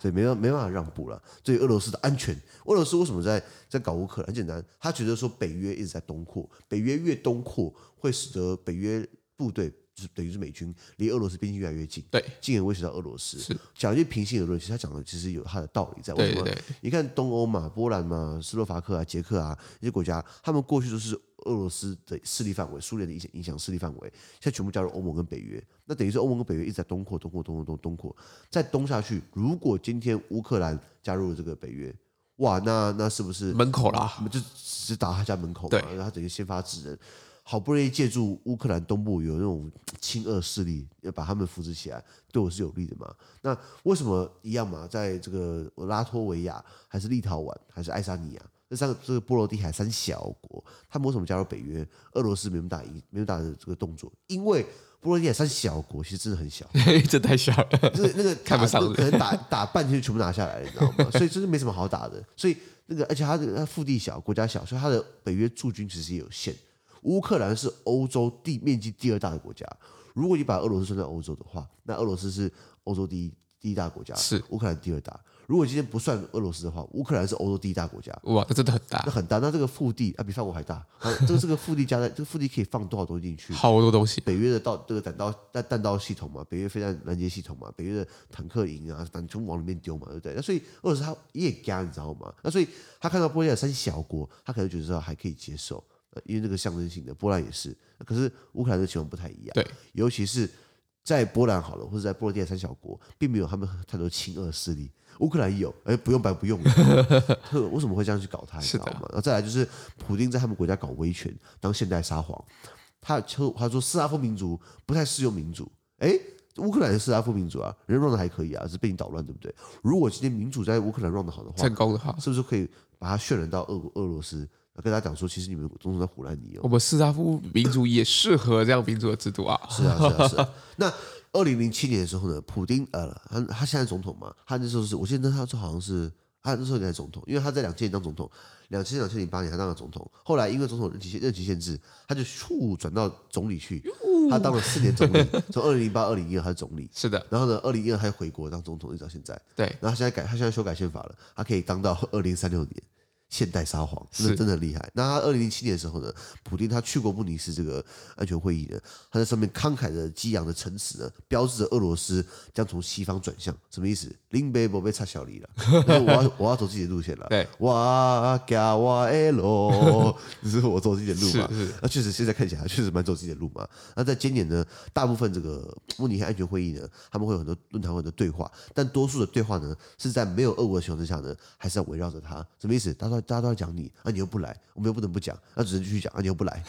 [SPEAKER 2] 所以没办没办法让步了。对于俄罗斯的安全，俄罗斯为什么在在搞乌克兰？很简单，他觉得说北约一直在东扩，北约越东扩会使得北约部队就是等于是美军离俄罗斯边境越来越近，
[SPEAKER 1] 对，
[SPEAKER 2] 进而威胁到俄罗斯
[SPEAKER 1] 是。
[SPEAKER 2] 讲一句平心而论，其实他讲的其实有他的道理在。为
[SPEAKER 1] 对
[SPEAKER 2] 什么
[SPEAKER 1] 对对，
[SPEAKER 2] 你看东欧嘛，波兰嘛，斯洛伐克啊、捷克啊这些国家，他们过去都是俄罗斯的势力范围、苏联的影响影响势力范围，现在全部加入欧盟跟北约。那等于是欧盟跟北约一直在东扩、东扩、东扩、东东扩，再东下去。如果今天乌克兰加入这个北约，哇，那那是不是
[SPEAKER 1] 门口啦
[SPEAKER 2] 我，们就只打他家门口嘛，
[SPEAKER 1] 对
[SPEAKER 2] 然后他等于先发制人。好不容易借助乌克兰东部有那种亲俄势力，要把他们扶持起来，对我是有利的嘛？那为什么一样嘛？在这个拉脱维亚，还是立陶宛，还是爱沙尼亚这三个这个波罗的海三小国，他们为什么加入北约？俄罗斯没那么大意，没那么大的这个动作，因为波罗的海三小国其实真的 很小，
[SPEAKER 1] 这太小了，
[SPEAKER 2] 这个那个
[SPEAKER 1] 看不
[SPEAKER 2] 打
[SPEAKER 1] 上
[SPEAKER 2] 都可能打打半天就全部拿下来了，你知道吗？所以 就是没什么好打的。所以那个，而且它的它腹地小，国家小，所以它的北约驻军其实也有限。乌克兰是欧洲地面积第二大的国家，如果你把俄罗斯算在欧洲的话，那俄罗斯是欧洲第一第一大国家，
[SPEAKER 1] 是
[SPEAKER 2] 乌克兰第二大。如果今天不算俄罗斯的话，乌克兰是欧洲第一大国家，
[SPEAKER 1] 哇，那真的很大
[SPEAKER 2] 那，很大。那这个腹地啊，比法国还大。啊这个这个腹地加在，这个腹地可以放多少东西进去？
[SPEAKER 1] 好多东西，
[SPEAKER 2] 北约的导这个弹道弹弹道系统嘛，北约飞弹拦截系统嘛，北约的坦克营啊，反正全部往里面丢嘛，对不对？那所以俄罗斯他也干，你知道吗？那所以他看到波利亚三小国，他可能觉得说还可以接受，呃因为这个象征性的，波兰也是。呃可是乌克兰的情况不太一样，
[SPEAKER 1] 对，
[SPEAKER 2] 尤其是在波兰好了，或者在波罗的海三小国，并没有他们太多亲俄势力。乌克兰有，哎，不用白不用了， 呵为什么会这样去搞他？你知
[SPEAKER 1] 是
[SPEAKER 2] 道
[SPEAKER 1] 的
[SPEAKER 2] 吗？然后再来就是普丁在他们国家搞威权，当现代沙皇。他说他说斯拉夫民族不太适用民主，哎，乌克兰是斯拉夫民族啊，人家 run 的还可以啊，只是被你捣乱，对不对？如果今天民主在乌克兰 run 的好的话
[SPEAKER 1] 成，功的话，
[SPEAKER 2] 是不是可以把它渲染到俄国俄罗斯，跟他讲说，其实你们总统在胡乱你哦
[SPEAKER 1] 我。们斯拉夫民族也适合这样民族的制度啊，
[SPEAKER 2] 是啊，是啊，是啊。那二零零七年的时候呢，普丁呃，他他现在总统嘛，他那时候是我记得他说好像是他那时候应该是总统，因为他在两千年当总统，两千两千零八年他当了总统，后来因为总统任期任期限制，他就咻转到总理去，他当了四年总理，从二零零八二零一二他是总理，
[SPEAKER 1] 是的，
[SPEAKER 2] 然后呢，二零一二他又回国当总统，一直到现在。
[SPEAKER 1] 对，
[SPEAKER 2] 然后他现在改，他现在修改宪法了，他可以当到二零三六年，现代沙皇，那
[SPEAKER 1] 是
[SPEAKER 2] 真的很厉害。那他二零零七年的时候呢，普丁他去过慕尼斯这个安全会议呢，他在上面慷慨的激昂的陈词呢，标志着俄罗斯将从西方转向，什么意思？林北不被插小李了，就是我要我要走自己的路线了。
[SPEAKER 1] 对，
[SPEAKER 2] 哇嘎哇哎喽，只是我走自己的路嘛。
[SPEAKER 1] 是是
[SPEAKER 2] 那确实现在看起来确实蛮走自己的路嘛。那在今年呢，大部分这个慕尼黑安全会议呢，他们会有很多论坛，会有很多对话，但多数的对话呢是在没有俄国的情况之下呢，还是要围绕着他。什么意思？大家都大家都要讲你，啊你又不来，我们又不能不讲，那、只能继续讲，啊你又不来，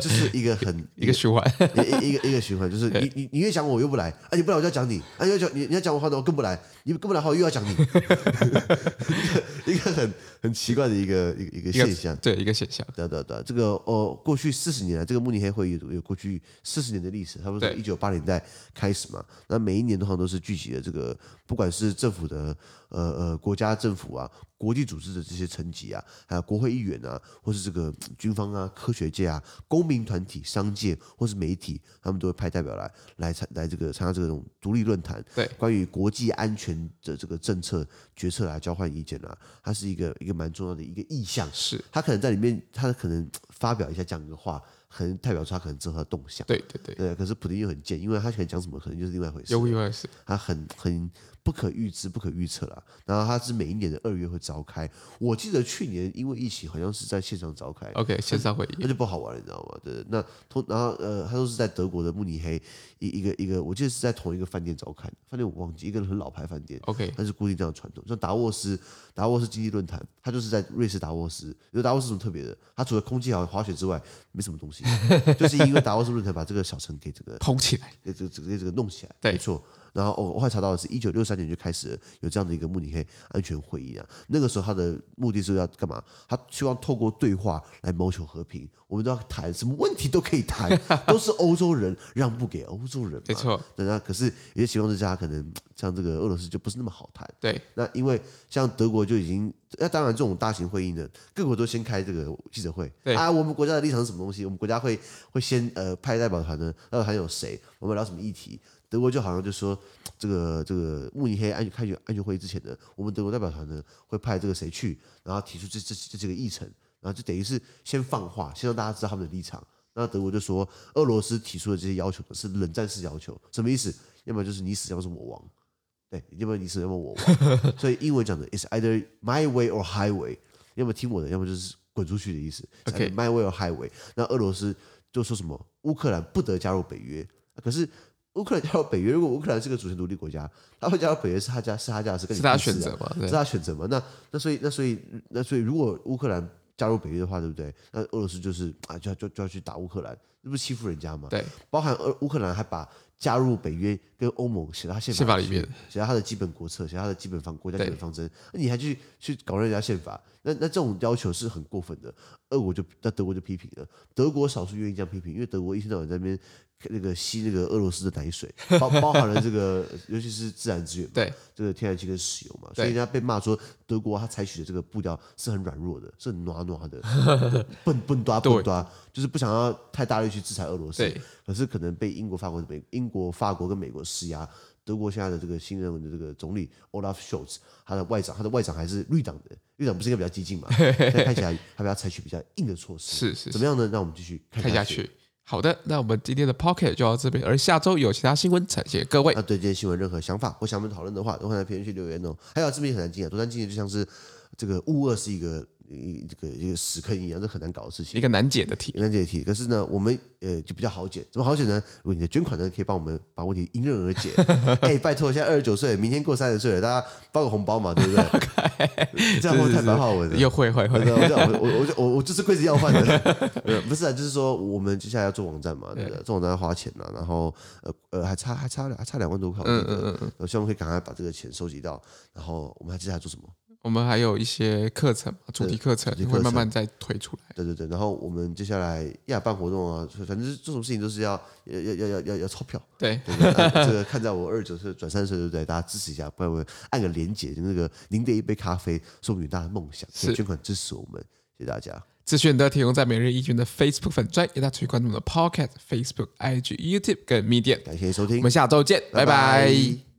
[SPEAKER 2] 这是一个很
[SPEAKER 1] 一个循环，
[SPEAKER 2] 一一一个一个循环，就是你你你越讲我，我又不来，啊，你不来我就要讲你，啊，你要讲你你要讲我的话呢，我更不来，你更不来的话，我又要讲你， 一个很很奇怪的一个一个一个
[SPEAKER 1] 一个
[SPEAKER 2] 现象。
[SPEAKER 1] 对一个现象，
[SPEAKER 2] 对啊对啊对啊，这个哦，过去四十年来，这个慕尼黑会议有有过去四十年的历史，差不多
[SPEAKER 1] 对
[SPEAKER 2] 一九八零代开始嘛。那每一年通常都是聚集了这个，不管是政府的呃呃国家政府啊、国际组织的这些层级啊，还有国会议员啊，或是这个嗯军方啊、科学界啊、公民团体、商界或是媒体，他们都会派代表来来参来这个参加这种独立论坛，
[SPEAKER 1] 对
[SPEAKER 2] 关于国际安全的这个政策决策啊、交换意见啊，它是一个一个蛮重要的一个意向。
[SPEAKER 1] 是
[SPEAKER 2] 他可能在里面，他可能发表一下讲个话，可能代表出他可能之后的动向。
[SPEAKER 1] 对对对，
[SPEAKER 2] 对，可是普丁又很贱，因为他可能讲什么，可能就是另外一回事
[SPEAKER 1] 有。意外是，
[SPEAKER 2] 他很很不可预知、不可预测啦。然后他是每一年的二月会召开，我记得去年因为疫情，好像是在线上召开。
[SPEAKER 1] OK，线上会议
[SPEAKER 2] 那就不好玩了，你知道吗？对，那同然后呃，他都是在德国的慕尼黑一一个一个，我记得是在同一个饭店召开，饭店我忘记，一个很老牌饭店。
[SPEAKER 1] ，OK，
[SPEAKER 2] 它是固定这样的传统。像达沃斯，达沃斯经济论坛，它就是在瑞士达沃斯。因为达沃斯有什么特别的？它除了空气好、滑雪之外，没什么东西。就是因为达沃斯论坛把这个小城给这个、
[SPEAKER 1] 通起来，
[SPEAKER 2] 给这个、这个、这个弄起来。
[SPEAKER 1] 对
[SPEAKER 2] 没错。然后哦我我还查到的是，一九六三年就开始了有这样的一个慕尼黑安全会议啊。那个时候他的目的是要干嘛？他希望透过对话来谋求和平。我们都要谈什么问题都可以 谈，都是欧洲人让步给欧洲人嘛。
[SPEAKER 1] 没错，
[SPEAKER 2] 对。那可是有些情况之下，可能像这个俄罗斯就不是那么好谈。
[SPEAKER 1] 对，
[SPEAKER 2] 那因为像德国就已经，那当然这种大型会议呢，各国都先开这个记者会，
[SPEAKER 1] 对
[SPEAKER 2] 啊，我们国家的立场是什么东西？我们国家会会先呃派代表团呢，代表团有谁？我们聊什么议题？德国就好像就说，这个这个慕尼黑安全开全安全会议之前呢，我们德国代表团呢会派这个谁去，然后提出这这这几个议程，然后就等于是先放话，先让大家知道他们的立场。那德国就说，俄罗斯提出的这些要求呢是冷战式要求，什么意思？要么就是你死，要么是我亡。对，要么你死，要么我亡。所以英文讲的 is either my way or highway，要么听我的，要么就是滚出去的意思。It's
[SPEAKER 1] OK
[SPEAKER 2] either my way or highway。那俄罗斯就说什么乌克兰不得加入北约，可是乌克兰加入北约，如果乌克兰是个主权独立国家，他会加入北约是他家是他家的事，跟你
[SPEAKER 1] 是他
[SPEAKER 2] 屁事啊
[SPEAKER 1] 选择嘛？
[SPEAKER 2] 是
[SPEAKER 1] 对，
[SPEAKER 2] 他选择嘛？那那所以那所以那所以，如果乌克兰加入北约的话，对不对？那俄罗斯就是啊，就要就就要去打乌克兰，这不是欺负人家吗？
[SPEAKER 1] 对，
[SPEAKER 2] 包含俄乌克兰还把加入北约跟欧盟写到他宪
[SPEAKER 1] 宪法里
[SPEAKER 2] 去
[SPEAKER 1] 面，
[SPEAKER 2] 写到他的基本国策，写到他的基本方国家基
[SPEAKER 1] 对
[SPEAKER 2] 本方针，那你还去去搞人家宪法，那那这种要求是很过分的。俄国就那德国就批评了，德国少数愿意这样批评，因为德国一天到晚在那边那个吸那个俄罗斯的奶水，包包含了这个尤其是自然资源嘛，
[SPEAKER 1] 对，
[SPEAKER 2] 这个天然气跟石油嘛，所
[SPEAKER 1] 对
[SPEAKER 2] 以人家被骂说德国他采取的这个步调是很软弱的， 是很暖暖的， 笨笨抓
[SPEAKER 1] 对
[SPEAKER 2] 笨抓，就是不想要太大力去制裁俄罗斯
[SPEAKER 1] 对。
[SPEAKER 2] 可是可能被英国、法国、美英国、法国跟美国施压，德国现在的这个新任的这个总理 Olaf Scholz，他的外长，他的外长还是绿党的，绿党不是应该比较激 进嘛？现在看起来他们要采取比较硬的措施，
[SPEAKER 1] 是是
[SPEAKER 2] 怎么样呢？让我们继续
[SPEAKER 1] 看下
[SPEAKER 2] 下。
[SPEAKER 1] 去。好的，那我们今天的 Pocket 就到这边，而下周有其他新闻呈现给各位。
[SPEAKER 2] 那对这些新闻任何想法或想我们讨论的话，都欢迎在评论区留言哦。还有这边也很难进啊，多单进就像是这个乌二是一个一一这个一个屎坑一样，这很难搞的事情
[SPEAKER 1] 一。个难解的题，
[SPEAKER 2] 简单解题，可是呢，我们呃就比较好解，怎么好解呢？如果你的捐款呢，可以帮我们把问题迎刃而解。 哎、拜托，现在二十九岁，明天过三十岁了，大家包个红包嘛，对不对？这样会不会太白话文了。
[SPEAKER 1] 又会会会
[SPEAKER 2] 对，啊我这样我我我就我我就是柜子要饭的，呃不是啊，就是说我们接下来要做网站嘛，对不对？做网站要花钱呐、然后呃呃还差还差还差两万多块，嗯嗯嗯，我希望可以赶快把这个钱收集到，然后我们还接下来做什么？
[SPEAKER 1] 我们还有一些课程嘛，主题课程
[SPEAKER 2] 主题课
[SPEAKER 1] 会
[SPEAKER 2] 程
[SPEAKER 1] 慢慢再推出来。
[SPEAKER 2] 对对对，然后我们接下来要办活动啊，反正就是这种事情都是要要要要要要要钞票，
[SPEAKER 1] 对，
[SPEAKER 2] 对不对？啊这个看在我二十九岁转三十岁，对不对？大家支持一下，不然我按个连结，就那个您的一杯咖啡，说明大家的梦想，可
[SPEAKER 1] 是
[SPEAKER 2] 以捐款支持我们，谢谢大家。
[SPEAKER 1] 资讯都提供在每日一君的 Facebook 粉专，也大家持续关注我们的 Pocket、Facebook、IG、YouTube 跟 Media。
[SPEAKER 2] 感谢收听
[SPEAKER 1] 我们，下周见，拜拜
[SPEAKER 2] 拜